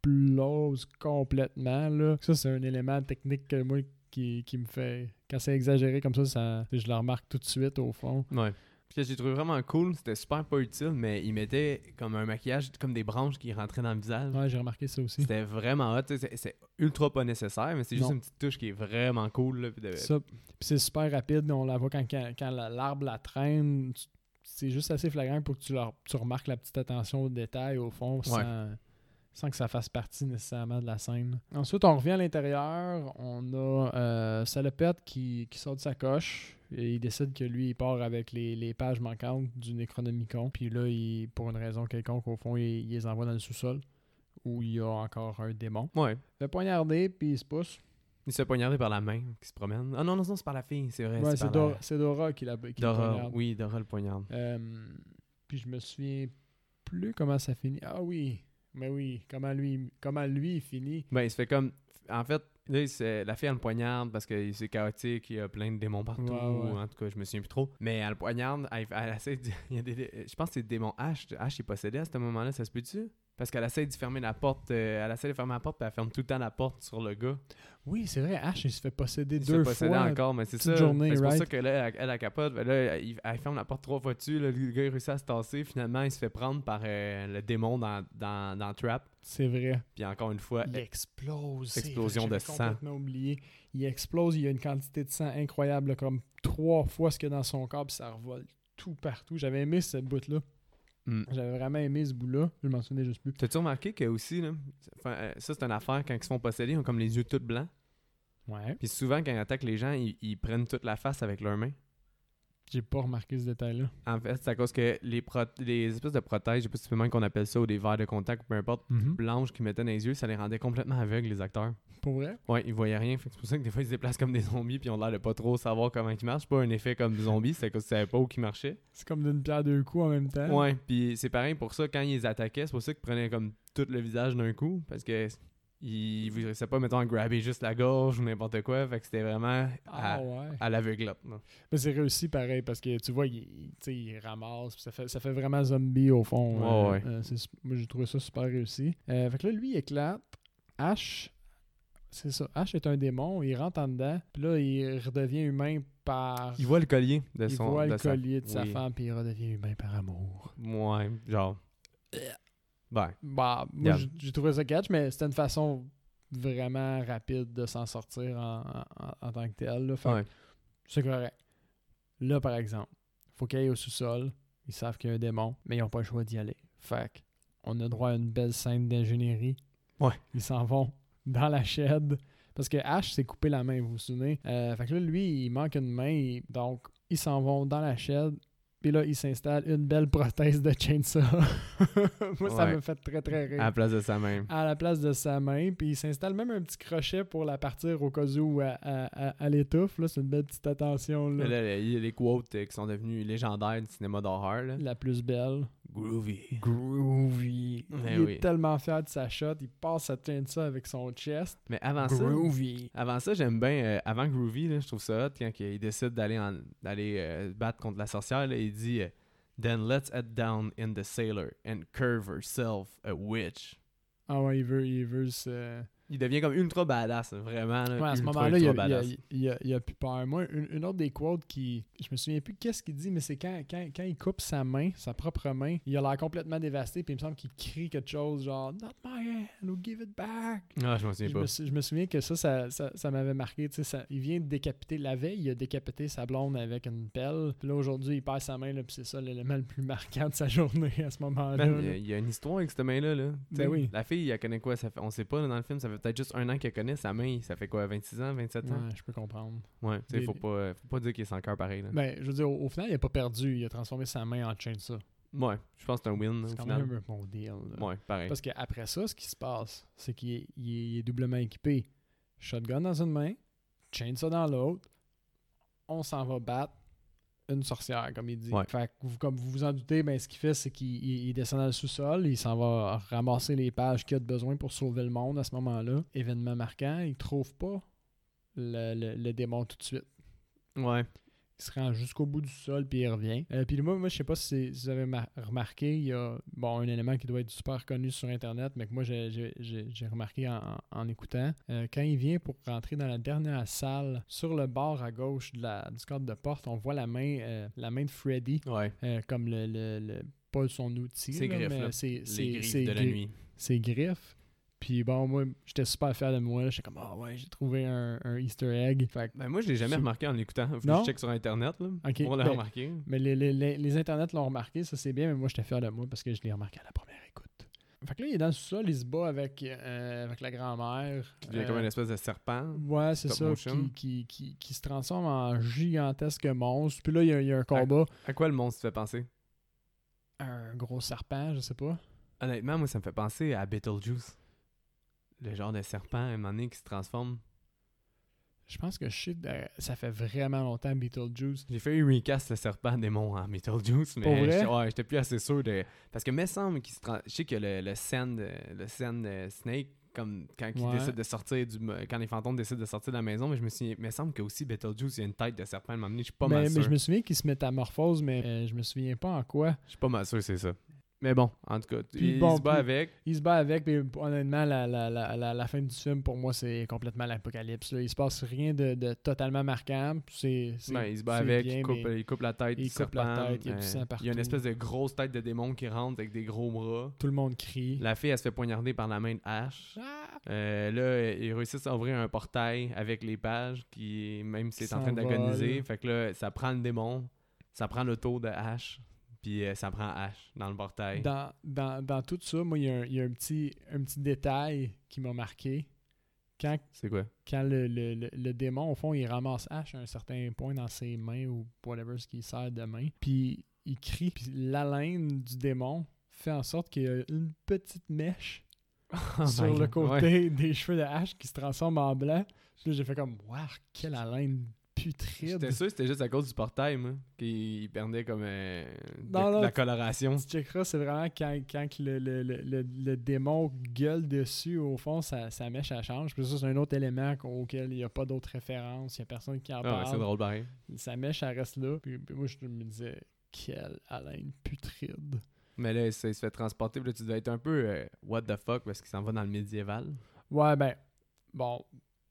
B: explosent complètement. Là. Ça, c'est un élément technique que moi qui, qui me fait. Quand c'est exagéré comme ça, ça- je le remarque tout de suite au fond.
A: Ouais. Ce que j'ai trouvé vraiment cool, c'était super pas utile, mais il mettait comme un maquillage, comme des branches qui rentraient dans le visage.
B: Ouais, j'ai remarqué ça aussi.
A: C'était vraiment hot. tu sais, C'est c'est ultra pas nécessaire, mais c'est juste
B: Non.
A: une petite touche qui est vraiment cool. là, puis de-
B: Ça, puis c'est super rapide. On la voit quand, quand, quand la- l'arbre la traîne. tu- C'est juste assez flagrant pour que tu, leur- tu remarques la petite attention au détail au fond sans, sans que ça fasse partie nécessairement de la scène. Ensuite, on revient à l'intérieur. On a euh, Salopette qui, qui sort de sa coche et il décide que lui, il part avec les, les pages manquantes du Necronomicon. Puis là, il, pour une raison quelconque, au fond, il, il les envoie dans le sous-sol où il y a encore un démon.
A: Ouais.
B: Il fait poignarder puis il se pousse.
A: Il se fait poignarder par la main qui se promène. Ah non, non, non, c'est par la fille, c'est vrai.
B: Ouais,
A: Ben, c'est
B: c'est
A: par la-
B: Dora, c'est Dora qui l'a qui le
A: Dora,
B: poignarde.
A: oui, Dora le poignarde.
B: Euh, puis je me souviens plus comment ça finit. Ah oui, mais oui, comment lui, comment lui il finit.
A: Ben, il se fait comme. En fait, là, il se- la fille, elle le poignarde parce que c'est chaotique, il y a plein de démons partout.
B: Ouais, ouais.
A: En tout cas, je me souviens plus trop. Mais elle le poignarde, elle, elle essaie de- il y a des- des- Je pense que c'est le démon H. H est possédé à ce moment-là, ça se peut-tu? Parce qu'elle essaie de fermer la porte. euh, elle essaie de fermer la porte, puis elle ferme tout le temps la porte sur le gars.
B: Oui, c'est vrai, Ash, il se fait posséder
A: Il se
B: deux
A: fait posséder
B: fois.
A: encore, mais c'est
B: Petite
A: ça.
B: journée,
A: Fait que c'est
B: right?
A: pour ça que là, elle, elle, elle capote. Fait Là, il- elle, ferme la porte trois fois dessus. là, le gars, il réussit à se tasser. Finalement, il se fait prendre par euh, le démon dans, dans, dans le Trap.
B: C'est vrai.
A: Puis encore une fois,
B: Il
A: elle-
B: explose. c'est vrai,
A: Explosion
B: j'avais
A: de sang.
B: complètement oublié. Il explose, il y a une quantité de sang incroyable, là, comme trois fois ce qu'il y a dans son corps, puis ça revole tout partout. J'avais aimé cette bout-là.
A: Hmm.
B: J'avais vraiment aimé ce bout-là. Je m'en souvenais juste plus.
A: T'as-tu remarqué que aussi, là, enfin, euh, ça c'est une affaire, quand ils se font posséder, ils ont comme les yeux tout blancs.
B: Ouais.
A: Puis souvent, quand ils attaquent les gens, ils, ils prennent toute la face avec leurs mains.
B: J'ai pas remarqué ce détail-là.
A: En fait, c'est à cause que les, pro- les espèces de prothèses, je sais pas si c'est même qu'on appelle ça, ou des verres de contact, ou peu importe, blanches qu'ils mettaient dans les yeux, ça les rendait complètement aveugles, les acteurs.
B: Pour vrai?
A: Ouais, ils voyaient rien. Fait que c'est pour ça que des fois, ils se déplacent comme des zombies, puis ils ont l'air de pas trop savoir comment ils marchent. C'est Pas un effet comme zombie, c'est à cause qu'ils savaient pas où ils marchaient.
B: C'est comme d'une pierre deux coups en même temps.
A: Ouais, puis c'est pareil pour ça, quand ils les attaquaient, c'est pour ça qu'ils prenaient comme tout le visage d'un coup, parce que ils vous réussissaient pas, mettons, à grabber juste la gorge ou n'importe quoi, fait que c'était vraiment à,
B: Ah ouais.
A: à l'aveuglette. là.
B: Mais c'est réussi pareil parce que tu vois, il, il- tu sais, il ramasse. puis Ça fait, ça fait vraiment zombie au fond.
A: Ouais, ouais.
B: euh, c'est su- moi, j'ai trouvé ça super réussi. Euh, fait que là, lui, il éclate. H, c'est ça. H est un démon. Il rentre en dedans. Puis là, il redevient humain par.
A: Il voit le collier de
B: il
A: son.
B: voit
A: de
B: le
A: sa-
B: collier de sa
A: oui.
B: femme. Puis il redevient humain par amour.
A: Ouais, genre. Ben,
B: Bah, moi,
A: Yeah.
B: j'ai- j'ai trouvé ça catch, mais c'était une façon vraiment rapide de s'en sortir en, en- en tant que tel. Là. Fait que
A: ouais.
B: C'est correct. Là, par exemple, faut qu'ils aillent au sous-sol. Ils savent qu'il y a un démon, mais ils n'ont pas le choix d'y aller. Fait que, on a droit à une belle scène d'ingénierie.
A: Ouais.
B: Ils s'en vont dans la shed. Parce que Ash s'est coupé la main, vous vous souvenez. Euh, fait que là, lui, il manque une main. il- donc, ils s'en vont dans la shed. Puis là, ils s'installent une belle prothèse de chainsaw. Moi, ça
A: Ouais. Ah,
B: me fait très, très rire
A: à la place de sa main.
B: à la place de sa main, puis il s'installe même un petit crochet pour la partir au cas où elle, elle- elle- elle étouffe. Là, c'est une belle petite attention.
A: Là,
B: Là.
A: là, il y a les quotes euh, qui sont devenues légendaires du cinéma d'horreur. là.
B: La plus belle.
A: Groovy.
B: Groovy.
A: Ben
B: il
A: oui.
B: est tellement fier de sa shot, il passe sa de ça avec son chest.
A: Mais avant ça,
B: Groovy.
A: Avant ça, j'aime bien, euh, avant Groovy, là, je trouve ça hot, quand il décide d'aller en- d'aller euh, battre contre la sorcière, là, il dit euh, Then let's head down in the sailor and curve herself a witch.
B: Ah ouais, il veut, il veut se,
A: Il devient comme ultra badass, vraiment. Là,
B: Ouais, à ce
A: Euh, ultra,
B: moment-là, il y
A: ultra
B: a, il y a-
A: badass.
B: il y a- il y a plus peur. Moi, une, une autre des quotes qui. Je me souviens plus qu'est-ce qu'il dit, mais c'est quand, quand, quand il coupe sa main, sa propre main, il a l'air complètement dévasté, puis il me semble qu'il crie quelque chose genre Not my hand, I'll give it back.
A: Ah, je m'en
B: Je
A: souviens pas.
B: me, sou- je me souviens que ça, ça, ça, ça m'avait marqué. tu sais, Ça, il vient de décapiter la veille, il a décapité sa blonde avec une pelle. Puis là, aujourd'hui, il perd sa main, là, puis c'est ça l'élément le plus marquant de sa journée à ce moment-là.
A: Man, Ben, il y
B: là. Ben
A: a- il y, a une histoire avec cette main-là. Là. Tu sais,
B: oui.
A: La fille, elle connaît quoi ça fait, On sait pas là, dans le film, ça fait peut-être juste un an qu'elle connaît sa main. Ça fait quoi, 26 ans, 27 ans
B: Ouais, je peux comprendre.
A: Ouais, tu sais,
B: Des- Ben
A: faut pas, euh, faut pas dire qu'il est sans cœur pareil. Là.
B: Mais je veux dire, au, au final, il a pas perdu. Il a transformé sa main en chainsaw.
A: Ouais, je pense que c'est un win là,
B: C'est
A: au
B: quand
A: final.
B: même un bon deal. là.
A: Ouais, pareil.
B: Parce qu'après ça, ce qui se passe, c'est qu'il est, il est- il est doublement équipé. Shotgun dans une main, chainsaw dans l'autre. On s'en va battre une sorcière, comme il dit.
A: Ouais.
B: Fait que vous- comme vous vous en doutez, ben, ce qu'il fait, c'est qu'il il- il descend dans le sous-sol, il s'en va ramasser les pages qu'il a de besoin pour sauver le monde à ce moment-là. Événement marquant, il trouve pas le- le- le démon tout de suite.
A: Ouais.
B: Il se rend jusqu'au bout du sol, puis il revient. Euh, puis moi, moi, je sais pas si vous avez mar- remarqué, il y a bon, un élément qui doit être super connu sur Internet, mais que moi, j'ai- j'ai j'ai- j'ai remarqué en, en- en écoutant. Euh, quand il vient pour rentrer dans la dernière salle, sur le bord à gauche de la, du cadre de porte, on voit la main, euh, la main de Freddy,
A: Ouais.
B: euh, comme le, le- le- pas son outil,
A: Ses
B: là,
A: griffes,
B: mais
A: là.
B: ses- ses-
A: Les griffes
B: ses
A: de la
B: gri-
A: nuit.
B: ses griffes. Puis bon, moi, j'étais super fier de moi. là. J'étais comme, ah ouais, j'ai trouvé un, un Easter egg. Fait que
A: Ben, moi, je l'ai jamais
B: Sou-
A: remarqué en l'écoutant. Faut que
B: Non?
A: je check sur Internet là,
B: Ok,
A: pour le
B: ben,
A: remarquer.
B: Mais les, les, les, les internets l'ont remarqué, ça c'est bien, mais moi j'étais fier de moi parce que je l'ai remarqué à la première écoute. Fait que là, il est dans le sol, il se bat avec, euh, avec la grand-mère.
A: Qui devient
B: Euh,
A: comme une espèce de serpent.
B: Ouais, c'est
A: stop
B: ça,
A: motion.
B: qui, qui, qui, qui se transforme en gigantesque monstre. Puis là, il y a, il y a un
A: Ah.
B: combat,
A: À quoi le monstre te fait penser
B: un gros serpent, je sais pas.
A: Honnêtement, moi, ça me fait penser à Beetlejuice. Le genre de serpent, à un moment donné, qui se transforme.
B: Je pense que je sais, euh, ça fait vraiment longtemps Beetlejuice.
A: J'ai fait une recast le serpent démon en Beetlejuice,
B: Pour
A: mais
B: vrai?
A: j'étais- ouais, j'étais plus assez sûr de. Parce que me semble qu'il se tran- Je sais que le, le sand, euh, le sand euh, snake, comme quand il
B: Ouais.
A: décide de sortir du mo- quand les fantômes décident de sortir de la maison, mais je me suis. Me semble que aussi Beetlejuice, il y a une tête de serpent à un moment donné, je suis pas
B: mais,
A: mal
B: mais
A: sûr.
B: je me souviens qu'il se métamorphose, mais euh, je me souviens pas en quoi.
A: Je suis pas mal sûr, c'est ça. Mais bon, en tout cas,
B: Puis
A: il
B: bon,
A: se bat
B: puis-
A: avec.
B: Il se bat avec, mais honnêtement, la, la, la, la, la fin du film, pour moi, c'est complètement l'apocalypse. là. Il se passe rien de, de totalement marquant. C'est, c'est-
A: Ben, il se bat
B: c'est
A: avec,
B: bien,
A: il, coupe,
B: mais
A: il coupe la tête
B: il
A: du
B: coupe la
A: serpent, euh,
B: tête, il y a du sang
A: Il y a
B: partout.
A: une espèce de grosse tête de démon qui rentre avec des gros bras.
B: Tout le monde crie.
A: La fille, elle se fait poignarder par la main de hache.
B: Ah!
A: Euh, là, euh, ils réussissent à ouvrir un portail avec les pages qui, même si c'est en train
B: S'envole.
A: d'agoniser, fait que là, ça prend le démon, ça prend l'auto de hache, puis euh, ça prend hache dans le portail.
B: Dans, dans, dans tout ça, moi, il y a, un, il y a un petit, un petit détail qui m'a marqué. Quand,
A: C'est quoi?
B: quand le, le, le- le démon, au fond, il ramasse H à un certain point dans ses mains ou whatever ce qu'il sert de main, puis il crie, puis l'haleine du démon fait en sorte qu'il y a une petite mèche
A: Oh
B: sur
A: my
B: le
A: God.
B: côté
A: Ouais.
B: des cheveux de hache qui se transforment en blanc. Puis là, j'ai fait comme, waouh, quelle haleine putride.
A: J'étais sûr que c'était juste à cause du portail, moi, qu'il perdait comme euh, de-
B: Non, non,
A: la
B: tu-
A: coloration.
B: Tu checkeras, c'est vraiment quand, quand que le, le- le- le- le démon gueule dessus, au fond, sa, sa mèche, elle change. Puis ça, c'est un autre élément qu'au- auquel il n'y a pas d'autres références, il n'y a personne qui en
A: Ah, c'est
B: parle.
A: drôle pareil.
B: sa mèche, elle reste là. Puis, puis moi, je me disais, quelle haleine putride.
A: Mais là, ça, il se fait transporter. Puis là, tu dois être un peu euh, what the fuck parce qu'il s'en va dans le médiéval.
B: Ouais, ben, bon,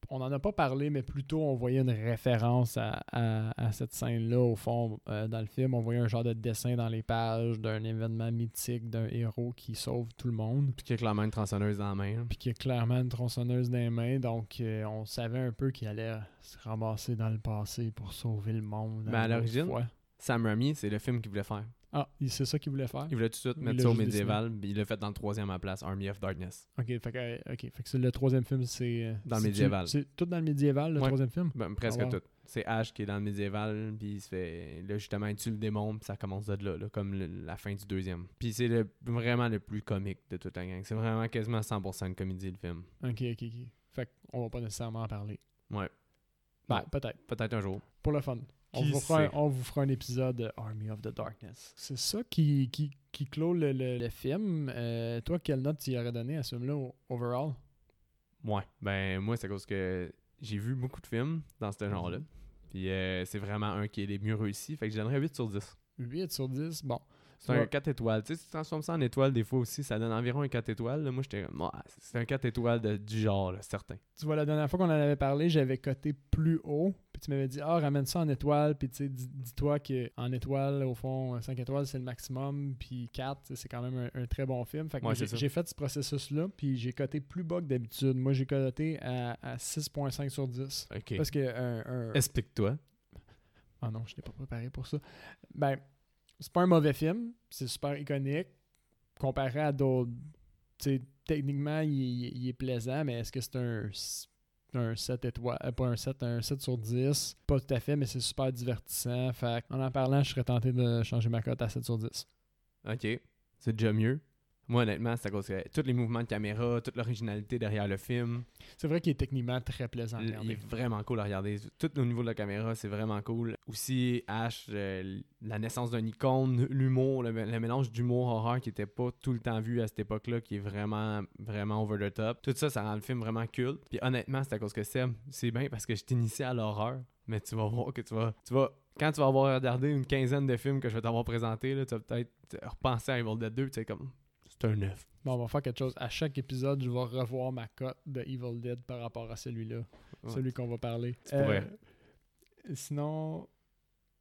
B: on n'en a pas parlé, mais plutôt on voyait une référence à, à- à cette scène-là, au fond, euh, dans le film. On voyait un genre de dessin dans les pages d'un événement mythique, d'un héros qui sauve tout le monde,
A: Puis qu'il a clairement une tronçonneuse dans la main. là.
B: puis qui a clairement une tronçonneuse dans les mains, donc euh, on savait un peu qu'il allait se ramasser dans le passé pour sauver le monde.
A: Mais Ben, à
B: une autre
A: l'origine-
B: fois.
A: Sam Raimi, c'est le film qu'il voulait faire.
B: Ah, il- c'est ça qu'il voulait faire?
A: Il voulait tout de suite
B: Il
A: mettre
B: l'a
A: ça au
B: juste
A: médiéval. Puis il l'a fait dans le troisième à la place, Army of Darkness.
B: Ok, fait que, euh, ok, fait que c'est le troisième film, c'est... euh,
A: Dans le
B: c'est-tu-
A: médiéval.
B: C'est tout dans le médiéval, le
A: Ouais.
B: troisième film?
A: Ben, presque
B: Ah, wow.
A: tout. C'est Ash qui est dans le médiéval. Puis il se fait. Là, justement, il tue le démon. Puis ça commence de là, là, comme le- la fin du deuxième. Puis c'est le, vraiment le plus comique de toute la gang. C'est vraiment quasiment 100% une comédie, le film.
B: Ok, ok, ok. Fait qu'on va pas nécessairement en parler.
A: Ouais.
B: Ben,
A: Non.
B: peut-être.
A: Peut-être un jour.
B: Pour le fun. On
A: Qui
B: vous, fera un,
A: sait?
B: on vous fera un épisode de Army of the Darkness. C'est ça qui, qui, qui clôt le, le- le film. Euh, toi, quelle note tu y aurais donné à ce film-là, au- overall?
A: Ouais. Ben, moi, c'est à cause que j'ai vu beaucoup de films dans ce genre-là. Puis euh, c'est vraiment un qui est les mieux réussis. Fait que je donnerais 8 sur 10.
B: 8 sur 10. Bon.
A: C'est un
B: Ouais.
A: 4 étoiles. Tu sais, si tu transformes ça en étoile, des fois aussi, ça donne environ un 4 étoiles. là. Moi, j'étais comme, Ah, c'est un 4 étoiles de- du genre, là, certain.
B: Tu vois, la dernière fois qu'on en avait parlé, j'avais coté plus haut. Puis tu m'avais dit, ah, ramène ça en étoile. Puis tu sais, dis- dis-toi qu'en étoile, au fond, 5 étoiles, c'est le maximum. Puis 4, c'est quand même un, un très bon film. Fait que
A: Ouais,
B: moi,
A: c'est
B: j'ai
A: ça.
B: j'ai fait ce processus-là. Puis j'ai coté plus bas que d'habitude. Moi, j'ai coté à, à 6,5 sur 10.
A: OK.
B: Parce que un- un-
A: Explique-toi.
B: Ah non, je n'ai pas préparé pour ça. Ben, c'est pas un mauvais film. C'est super iconique. Comparé à d'autres. Tu sais, techniquement, il, il- il est plaisant, mais est-ce que c'est un, s- un 7 étoiles euh, Pas un 7, un 7 sur 10 Pas tout à fait, mais c'est super divertissant. Fait que, en en parlant, je serais tenté de changer ma cote à 7 sur 10.
A: OK. C'est déjà mieux. Moi, honnêtement, c'est à cause que tous les mouvements de caméra, toute l'originalité derrière le film,
B: C'est vrai qu'il est techniquement très plaisant à
A: il
B: regarder.
A: est vraiment cool à regarder. Tout au niveau de la caméra, c'est vraiment cool. Aussi, Ash, euh, la naissance d'un icône, l'humour, le, le mélange d'humour horreur qui était pas tout le temps vu à cette époque-là, qui est vraiment, vraiment over the top. Tout ça, ça rend le film vraiment cool. Puis honnêtement, c'est à cause que Seb, c'est bien parce que je t'initie à l'horreur, mais tu vas voir que tu vas... Tu vas quand tu vas avoir regardé une quinzaine de films que je vais t'avoir présenté, là, tu vas peut-être repenser à Evil Dead 2, puis tu sais, comme, c'est un œuf.
B: Bon, on va faire quelque chose. À chaque épisode, je vais revoir ma cote de Evil Dead par rapport à celui-là.
A: Ouais.
B: Celui qu'on va parler. Euh,
A: Tu pourrais.
B: Sinon,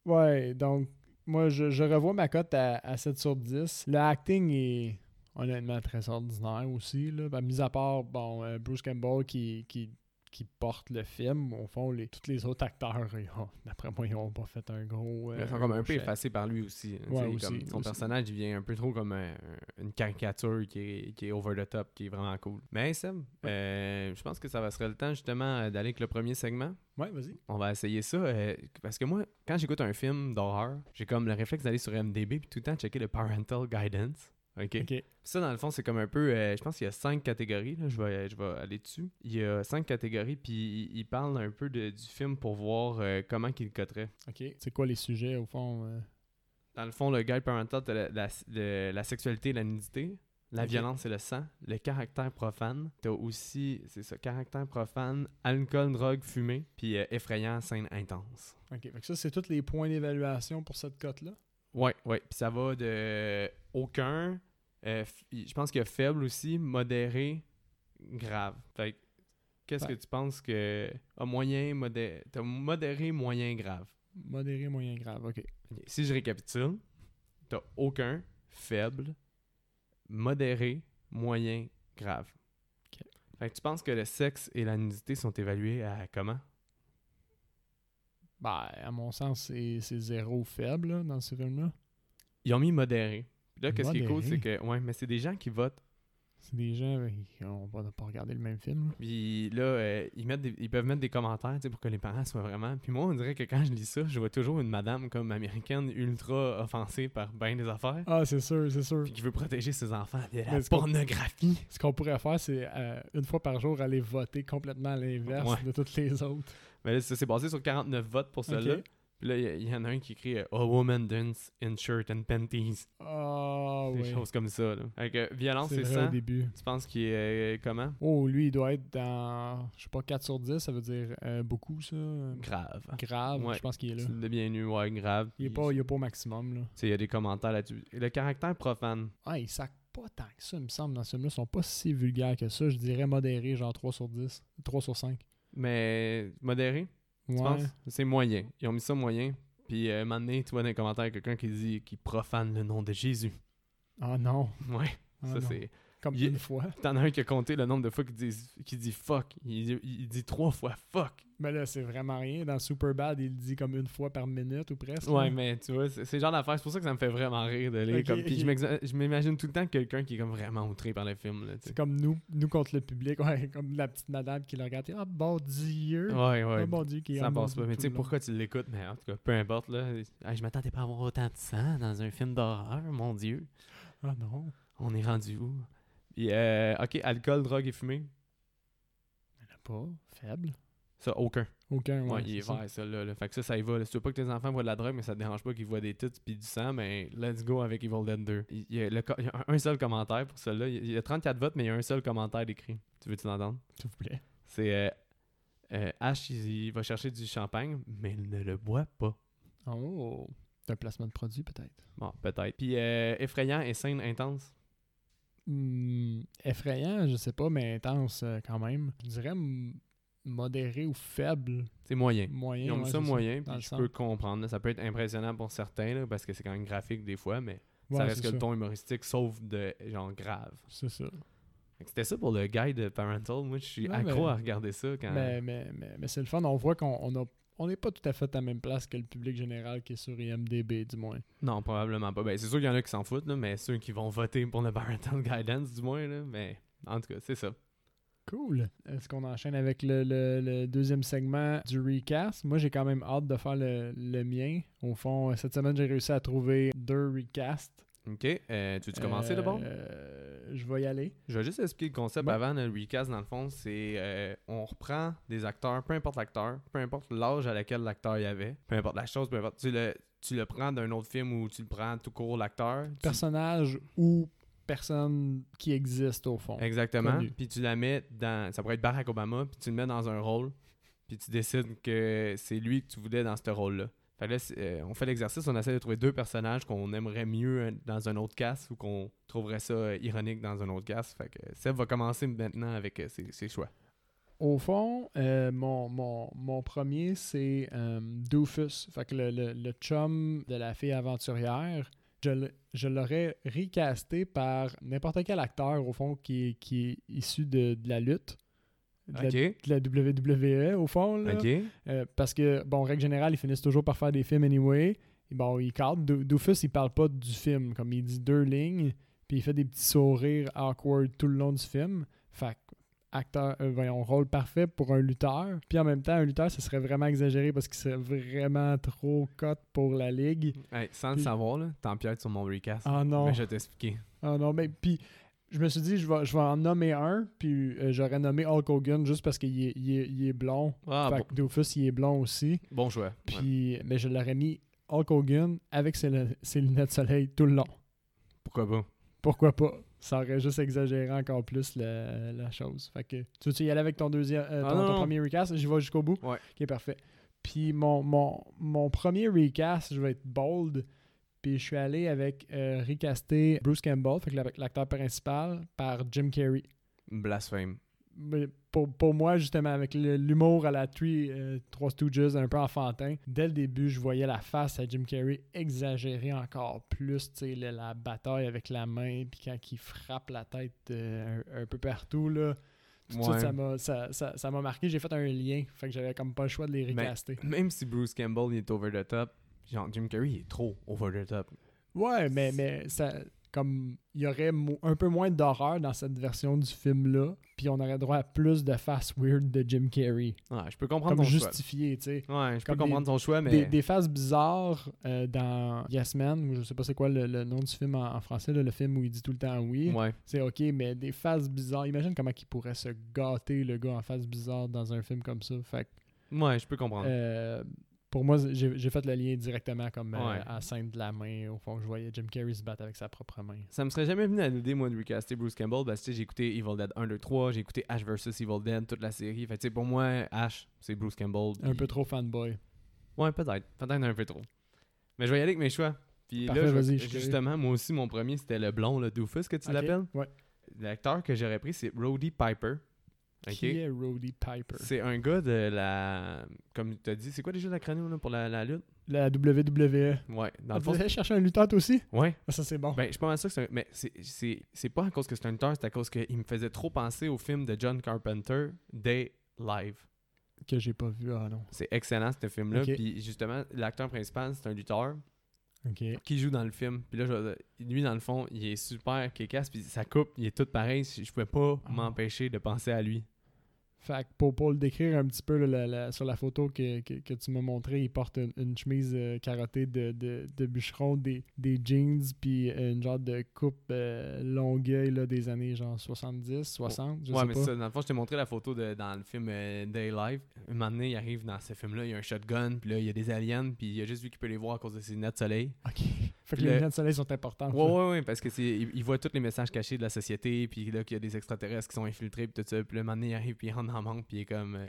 B: ouais, donc, moi, je, je revois ma cote à, à 7 sur 10. Le acting est honnêtement très ordinaire aussi. Là. Ben, mis à part, bon, euh, Bruce Campbell qui, qui, qui porte le film, au fond, les, tous les autres acteurs, ils ont- d'après moi, ils n'ont pas fait un gros. euh,
A: Ils sont comme un
B: gros
A: peu
B: chef.
A: effacés par lui aussi. hein, tu
B: Ouais,
A: sais,
B: aussi,
A: comme son
B: aussi.
A: personnage il vient un peu trop comme un- une caricature qui est, qui est over the top, qui est vraiment cool. Mais hey, Seb, euh, je pense que ça va serait le temps justement euh, d'aller avec le premier segment.
B: Ouais, vas-y.
A: On va essayer ça. euh, parce que moi, quand j'écoute un film d'horreur, j'ai comme le réflexe d'aller sur MDB puis tout le temps checker le parental guidance. OK.
B: Ok.
A: Ça, dans le fond, c'est comme un peu. euh, je pense qu'il y a cinq catégories. Là, je, vais, je vais aller dessus. Il y a cinq catégories, puis il, il parle un peu de- du film pour voir euh, comment qu'il le coterait.
B: Ok. C'est quoi les sujets, au fond euh?
A: Dans le fond, le guide parental, t'as la, la, le- la sexualité et la nudité, la
B: Ok.
A: violence et le sang, le caractère profane. T'as aussi, c'est ça, caractère profane, alcool, drogue, fumée, puis euh, effrayant, scène intense.
B: Ok. Fait que ça, c'est tous les points d'évaluation pour cette cote-là.
A: Ouais, ouais. Puis ça va de aucun. euh, f- je pense qu'il y a faible aussi, modéré, grave. Fait que, qu'est-ce
B: Ouais.
A: que tu penses que. ah, moyen, modéré. T'as modéré, moyen, grave.
B: Modéré, moyen, grave. Ok.
A: Ok, Si je récapitule, t'as aucun, faible, modéré, moyen, grave.
B: Ok.
A: Fait que tu penses que le sexe et la nudité sont évalués à comment?
B: Ben, à mon sens, c'est c'est zéro faible là, dans ce film-là.
A: Ils ont mis modéré. Puis là, qu'est-ce qui est cool,
B: Modéré?
A: c'est que, ouais, mais c'est des gens qui votent.
B: C'est des gens avec qui on va pas regarder le même film. là.
A: Puis là, euh, ils, mettent des- ils peuvent mettre des commentaires tu sais, pour que les parents soient vraiment. Puis moi, on dirait que quand je lis ça, je vois toujours une madame comme américaine ultra offensée par ben des affaires.
B: Ah, c'est sûr, c'est sûr.
A: Puis qui veut protéger ses enfants de la
B: Mais c'est pas-
A: pornographie.
B: Ce qu'on pourrait faire, c'est euh, une fois par jour aller voter complètement à l'inverse
A: Ouais.
B: de toutes les autres.
A: Mais là, ça s'est basé sur 49 votes pour celle-là.
B: Ok.
A: Puis là, il y, y en a un qui écrit euh, A woman dance in shirt and panties.
B: Ah,
A: Des
B: oui.
A: choses comme ça. Là. Avec euh, violence
B: C'est
A: et
B: vrai au
A: sang.
B: début.
A: Tu penses qu'il est euh, comment
B: Oh, lui, il doit être dans, je sais pas, 4 sur 10, ça veut dire euh, beaucoup, ça. euh,
A: Grave.
B: Grave,
A: Ouais.
B: je pense qu'il est là.
A: Tu l'as bien eu, ouais, grave.
B: Il est pas, il est pas au maximum, là.
A: Tu sais, il y a des commentaires là-dessus. Et Le caractère profane.
B: Ah, ils sacent pas tant que ça, il me semble, dans ce film-là. Ils sont pas si vulgaires que ça. Je dirais modéré, genre 3 sur 10. 3 sur 5.
A: Mais modéré,
B: Ouais.
A: tu penses C'est moyen. Ils ont mis ça moyen. Puis euh, un moment donné, tu vois dans les commentaires quelqu'un qui dit qu'il profane le nom de Jésus.
B: Ah non.
A: Ouais,
B: Ah
A: ça
B: non.
A: c'est.
B: Comme
A: Il-
B: une fois.
A: T'en as un qui a compté le nombre de fois qu'il dit, qu'il dit fuck. Il, dit- il dit trois fois fuck.
B: Mais là, c'est vraiment rien. Dans Superbad, il le dit comme une fois par minute ou presque.
A: Ouais,
B: là.
A: mais tu vois, c'est c'est le genre d'affaire. C'est pour ça que ça me fait vraiment rire de lire.
B: Ok,
A: comme, Puis
B: ok.
A: je m'exa- je m'imagine tout le temps quelqu'un qui est comme vraiment outré par le film. Là, tu sais.
B: C'est comme nous, nous contre le public. Ouais, comme la petite madame qui le regarde. Ah, bon Dieu.
A: Ouais, ouais.
B: Ah, bon Dieu, qui est
A: ça
B: en
A: passe
B: maudit
A: pas. Mais
B: tout
A: tu sais,
B: le long.
A: pourquoi tu l'écoutes? Mais en tout cas, peu importe. Là. Hey, je m'attendais pas à avoir autant de sang dans un film d'horreur, mon Dieu.
B: Ah non.
A: On est rendu où? Puis, euh, ok, alcool, drogue et fumée.
B: Il en a pas. Faible.
A: Ça, aucun.
B: Aucun.
A: Ouais,
B: Ouais,
A: il est
B: c'est ça.
A: vert, ça, là, là. Fait que ça, ça y va. là. Si tu veux pas que tes enfants voient de la drogue, mais ça te dérange pas qu'ils voient des titres pis du sang, mais let's go avec Evil Dead 2. Il il y a, le co- il y a un seul commentaire pour celle-là. Il y a 34 votes, mais il y a un seul commentaire d'écrit. Tu veux-tu l'entendre?
B: S'il vous plaît.
A: C'est euh, euh, Ash, il, il va chercher du champagne, mais il ne le boit pas.
B: Oh. D'un placement de produit, peut-être.
A: Bon, peut-être. Puis euh, effrayant et scène intense.
B: Hmm, effrayant, je sais pas, mais intense euh, quand même. Je dirais m- modéré ou faible,
A: C'est moyen.
B: moyen.
A: Ils ont mis
B: ouais,
A: ça
B: c'est
A: moyen,
B: Dans
A: puis
B: le
A: je
B: sens.
A: peux comprendre. là. Ça peut être impressionnant pour certains, là, parce que c'est quand même graphique des fois, mais
B: Ouais,
A: ça reste
B: c'est
A: que le ton humoristique, sauf de genre grave.
B: C'est ça.
A: Fait que C'était ça pour le guide parental. Moi, je suis
B: Ouais,
A: accro
B: mais-
A: à regarder ça quand.
B: Mais, mais, mais, mais c'est le fun. On voit qu'on on a- on n'est pas tout à fait à la même place que le public général qui est sur IMDB, du moins.
A: Non, probablement pas. Ben, c'est sûr qu'il y en a qui s'en foutent, là, mais ceux qui vont voter pour le parental guidance, du moins, là, ben, en tout cas, c'est ça.
B: Cool. Est-ce qu'on enchaîne avec le, le- le deuxième segment du recast? Moi, j'ai quand même hâte de faire le, le mien. Au fond, euh, cette semaine, j'ai réussi à trouver deux recasts.
A: Ok, euh, tu veux-tu commencer
B: Euh,
A: d'abord?
B: euh, Je vais y aller.
A: Je vais juste expliquer le concept
B: Ouais.
A: avant le recast, dans le fond, c'est euh, on reprend des acteurs, peu importe l'acteur, peu importe l'âge à laquelle l'acteur y avait, peu importe la chose, peu importe. Tu le, tu le prends d'un autre film ou tu le prends tout court l'acteur. tu-
B: Personnage ou personne qui existe, au fond.
A: Exactement.
B: Connu.
A: Puis tu la mets dans. Ça pourrait être Barack Obama, puis tu le mets dans un rôle, puis tu décides que c'est lui que tu voulais dans ce rôle-là. Fait que là, c'est- euh, on fait l'exercice, on essaie de trouver deux personnages qu'on aimerait mieux euh, dans un autre casse ou qu'on trouverait ça euh, ironique dans un autre casse. Fait que euh, Seb va commencer maintenant avec euh, ses, ses choix.
B: Au fond, euh, mon, mon, mon premier, c'est euh, Doofus. Fait que le, le, le chum de la fille aventurière, je, l- je l'aurais recasté par n'importe quel acteur, au fond, qui, est- qui est issu de, de la lutte. De la,
A: Ok.
B: de la WWE, au fond. Là.
A: Ok.
B: Euh, parce que, bon, règle générale, ils finissent toujours par faire des films anyway. Et bon, il cadre. Do- Doofus, il parle pas du film. Comme il dit deux lignes, puis il fait des petits sourires awkward tout le long du film. Fait que, acteur, euh, voyons, rôle parfait pour un lutteur. Puis en même temps, un lutteur, ce serait vraiment exagéré parce qu'il serait vraiment trop cote pour la ligue.
A: Hey, sans le
B: Puis-
A: savoir, là, t'empiètes sur mon recast.
B: Ah non.
A: Mais je vais t'expliquer.
B: Ah non, mais puis je me suis dit, je vais, je vais en nommer un, puis euh, j'aurais nommé Hulk Hogan juste parce qu'il est, il est, il est blond.
A: Ah,
B: fait
A: bon,
B: que Doofus, il est blond aussi.
A: bon choix. Ouais.
B: Puis, mais je l'aurais mis Hulk Hogan avec ses, lu- ses lunettes de soleil tout le long.
A: Pourquoi pas?
B: Pourquoi pas? Ça aurait juste exagéré encore plus la, la chose. Fait que, tu veux y aller avec ton deuxième, euh,
A: Ah
B: ton, ton
A: non.
B: premier recast? J'y vais jusqu'au bout?
A: Ouais.
B: Ok, parfait. Puis mon, mon, mon premier recast, je vais être bold. Puis je suis allé avec euh, recaster Bruce Campbell, fait que l'ac- l'acteur principal, par Jim Carrey.
A: Blasphème.
B: Mais pour, pour moi, justement, avec le- l'humour à la Three, euh, Trois Stooges un peu enfantin, dès le début, je voyais la face à Jim Carrey exagérer encore plus, tu sais, le- la bataille avec la main, puis quand il frappe la tête euh, un, un peu partout, là, tout de suite,
A: Ouais.
B: ça m'a- ça, ça- ça m'a marqué, j'ai fait un lien, fait que j'avais comme pas le choix de les
A: Mais-
B: recaster.
A: Même si Bruce Campbell il est over the top, genre Jim Carrey il est trop over the top.
B: Ouais, mais, mais ça, comme il y aurait mo- un peu moins d'horreur dans cette version du film-là, puis on aurait droit à plus de face weird de Jim Carrey,
A: Ouais, je peux comprendre
B: comme
A: ton
B: justifié, tu sais.
A: choix. Ouais, je peux
B: comme
A: comprendre ton choix, mais
B: Des, des phases bizarres euh, dans Yes Man, ou je sais pas c'est quoi le, le nom du film en, en français, là, le film où il dit tout le temps oui.
A: ouais.
B: C'est ok, mais des phases bizarres. Imagine comment il pourrait se gâter, le gars, en phase bizarre dans un film comme ça. Fait que,
A: Ouais, je peux comprendre.
B: euh, pour moi, j'ai j'ai fait le lien directement comme euh,
A: Ouais.
B: à la scène de la main. Au fond, je voyais Jim Carrey se battre avec sa propre main.
A: Ça me serait jamais venu à l'idée, moi, de recaster Bruce Campbell parce que tu sais, j'ai écouté Evil Dead 1, 2, 3, j'ai écouté Ash vs Evil Dead, toute la série. Fait que, tu sais, pour moi, Ash, c'est Bruce Campbell.
B: Un
A: puis-
B: peu trop fanboy.
A: Ouais, peut-être. Peut-être un peu trop. Mais je vais y aller avec mes choix. Puis
B: Parfait,
A: là, je-
B: vas-y, je suis
A: justement, moi aussi, mon premier, c'était le blond, le doofus que tu
B: Ok?
A: l'appelles.
B: Ouais.
A: L'acteur que j'aurais pris, c'est Roddy Piper. Ok?
B: Qui est Roddy Piper
A: C'est un gars de la. Comme tu as dit, c'est quoi déjà la crânio là, pour la, la lutte
B: La WWE.
A: Ouais, dans
B: Ah,
A: le
B: vous
A: fond.
B: allez chercher un lutteur toi aussi
A: Ouais.
B: Ah, Ça, c'est bon.
A: Ben, je suis pas mal sûr que c'est un... Mais c'est- c'est c'est pas à cause que c'est un lutteur, c'est à cause qu'il me faisait trop penser au film de John Carpenter, Day Live.
B: que j'ai pas vu. Ah non.
A: C'est excellent, ce film-là.
B: Ok.
A: Puis justement, l'acteur principal, c'est un lutteur
B: Ok.
A: qui joue dans le film. Puis là, je- lui, dans le fond, il est super kékasse, puis sa coupe, il est tout pareil. Je je pouvais pas
B: Ah.
A: m'empêcher de penser à lui.
B: Fait que pour, pour le décrire un petit peu là, la- la- sur la photo que, que, que tu m'as montré, il porte une, une chemise euh, carottée de, de, de bûcheron, des, des jeans, puis euh, une genre de coupe euh, longueuil là, des années genre 70, 60, je
A: ouais,
B: sais
A: mais
B: pas.
A: ça, dans le fond, je t'ai montré la photo de, dans le film euh, Day Live. Un moment donné, il arrive dans ce film-là, il y a un shotgun, puis là, il y a des aliens, puis il y a juste lui qui peut les voir à cause de ses lunettes de soleil.
B: Ok. Fait que
A: Le-
B: les lunettes de soleil sont importantes.
A: Ouais,
B: là.
A: ouais, ouais, parce que c'est, il, il voit tous les messages cachés de la société, puis là qu'il y a des extraterrestres qui sont infiltrés, puis tout ça, puis le moment donné, il arrive, puis il rentre en manque, puis il est comme euh,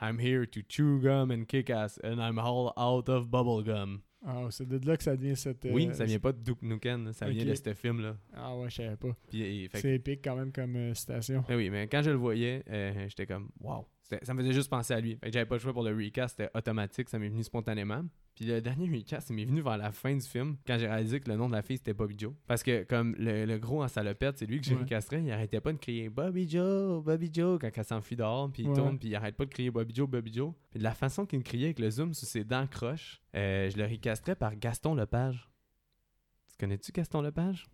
A: I'm here to chew gum and kick ass, and I'm all out of bubble gum.
B: Ah, c'est de là que ça devient cette.
A: oui,
B: euh,
A: ça vient pas de Duke Nukem, ça vient
B: Ok.
A: de ce film-là.
B: Ah ouais, je savais pas.
A: Puis, et- fait que-
B: C'est épique quand même comme euh, citation.
A: Ben oui, mais quand je le voyais, euh, j'étais comme wow. C'était- Ça me faisait juste penser à lui. Fait que j'avais pas le choix pour le recast, c'était automatique, ça m'est venu spontanément. Puis le dernier recast, il m'est venu vers la fin du film, quand j'ai réalisé que le nom de la fille c'était Bobby Joe. Parce que comme le, le gros en salopette, c'est lui que j'ai
B: Ouais.
A: recastré, il arrêtait pas de crier Bobby Joe, Bobby Joe quand elle s'enfuit dehors, puis il
B: Ouais.
A: tourne, puis il arrête pas de crier Bobby Joe, Bobby Joe. Puis de la façon qu'il me criait avec le zoom sur ses dents croches, euh, je le recastrais par Gaston Lepage. Tu connais-tu Gaston Lepage?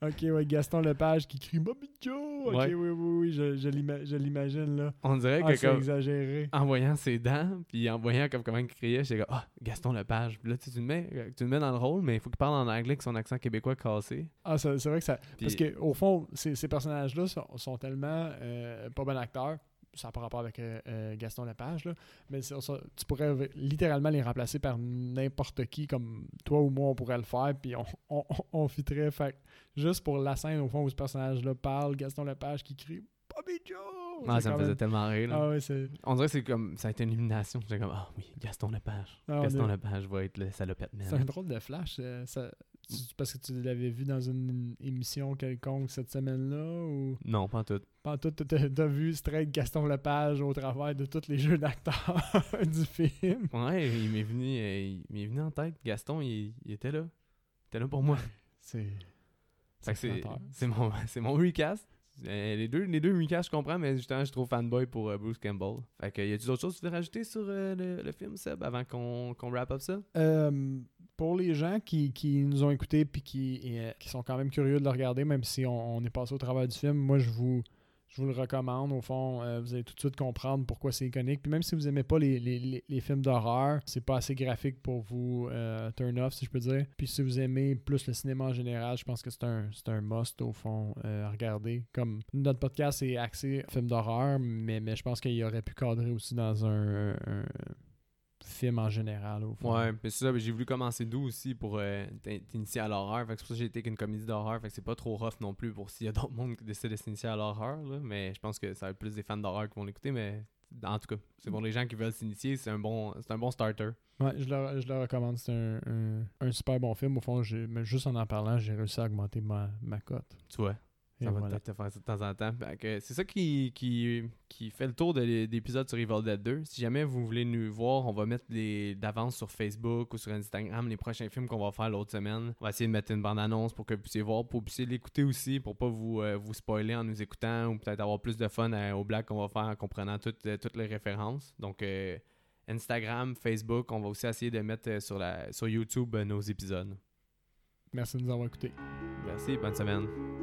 B: Ok, ouais, Gaston Lepage qui crie Bobby Joe. Ok,
A: Ouais.
B: oui, oui, oui, je, je l'ima- je l'imagine là.
A: On dirait
B: Ah,
A: que
B: c'est
A: comme...
B: exagéré.
A: en voyant ses dents, puis en voyant comme comment il criait, j'étais comme ah Gaston Lepage. Puis là tu sais, tu le mets, euh, tu le mets dans le rôle, mais il faut qu'il parle en anglais avec son accent québécois cassé.
B: Ah, ça- c'est vrai que ça.
A: Puis-
B: Parce que au fond, ces, ces personnages-là sont, sont tellement euh, pas bon acteurs. Ça n'a pas rapport avec euh, euh, Gaston Lepage, là. mais c'est- ça- tu pourrais v- littéralement les remplacer par n'importe qui, comme toi ou moi, on pourrait le faire, puis on, on, on- on fitterait. Fait que juste pour la scène, au fond, où ce personnage-là parle, Gaston Lepage qui crie Bobby Joe!
A: Ah,
B: Oh, C'est
A: ça me
B: quand
A: faisait
B: même-
A: tellement rire. là.
B: Ah, ouais, c'est.
A: On dirait que c'est comme ça a été une illumination. J'étais comme ah oui Gaston Lepage.
B: ah, on
A: Gaston
B: est-
A: Lepage va être le salopette man.
B: C'est un drôle de flash. euh, ça- tu- parce que tu l'avais vu dans une émission quelconque cette semaine-là ou.
A: Non pas en tout.
B: Pendant tout, t'as- t'as t'as vu straight Gaston Lepage au travers de tous les jeux d'acteurs du film.
A: Ouais il m'est venu euh, il m'est venu en tête. Gaston il, il était là. Il était là pour moi.
B: C'est.
A: Fait que c'est
B: flatteur.
A: c'est mon c'est mon recast. Euh, les deux les deux recasts je comprends mais justement je suis trop fanboy pour euh, Bruce Campbell. Fait que y a-tu d'autres choses que tu veux rajouter sur euh, le, le film Seb avant qu'on qu'on wrap up ça?
B: Euh, pour les gens qui, qui nous ont écoutés puis qui, et, euh, qui sont quand même curieux de le regarder, même si on, on est passé au travers du film, moi je vous, je vous le recommande. Au fond, euh, vous allez tout de suite comprendre pourquoi c'est iconique. Puis même si vous aimez pas les, les- les- les films d'horreur, c'est pas assez graphique pour vous euh, turn off, si je peux dire. Puis si vous aimez plus le cinéma en général, je pense que c'est un, c'est un must au fond euh, à regarder. Comme notre podcast est axé film d'horreur, mais, mais je pense qu'il aurait pu cadrer aussi dans un. un- film en général au fond.
A: Ouais, mais c'est ça, mais j'ai voulu commencer doux aussi pour euh, t'in- t'initier à l'horreur. Fait que c'est pour ça que j'ai été qu'une comédie d'horreur. Fait que c'est pas trop rough non plus pour s'il y a d'autres mondes qui décident de s'initier à l'horreur. là. Mais je pense que ça va être plus des fans d'horreur qui vont l'écouter. Mais en tout cas, c'est pour les gens qui veulent s'initier, c'est un bon c'est un bon starter.
B: Ouais, je le, je le recommande. C'est un, un- un super bon film. Au fond, j'ai- mais juste en en parlant, j'ai réussi à augmenter ma, ma cote.
A: Tu vois,
B: Et
A: ça va
B: voilà.
A: peut-être te faire ça de temps en temps. Fait que c'est ça qui, qui, qui fait le tour de l'é- d'épisode sur Evil Dead 2. Si jamais vous voulez nous voir, on va mettre les d'avance sur Facebook ou sur Instagram les prochains films qu'on va faire l'autre semaine. On va essayer de mettre une bande-annonce pour que vous puissiez voir, pour que vous puissiez l'écouter aussi, pour pas vous, euh, vous spoiler en nous écoutant ou peut-être avoir plus de fun euh, au blague qu'on va faire en comprenant toutes, euh, toutes les références. Donc, euh, Instagram, Facebook, on va aussi essayer de mettre euh, sur, la, sur YouTube euh, nos épisodes.
B: Merci de nous avoir écoutés.
A: Merci, bonne semaine.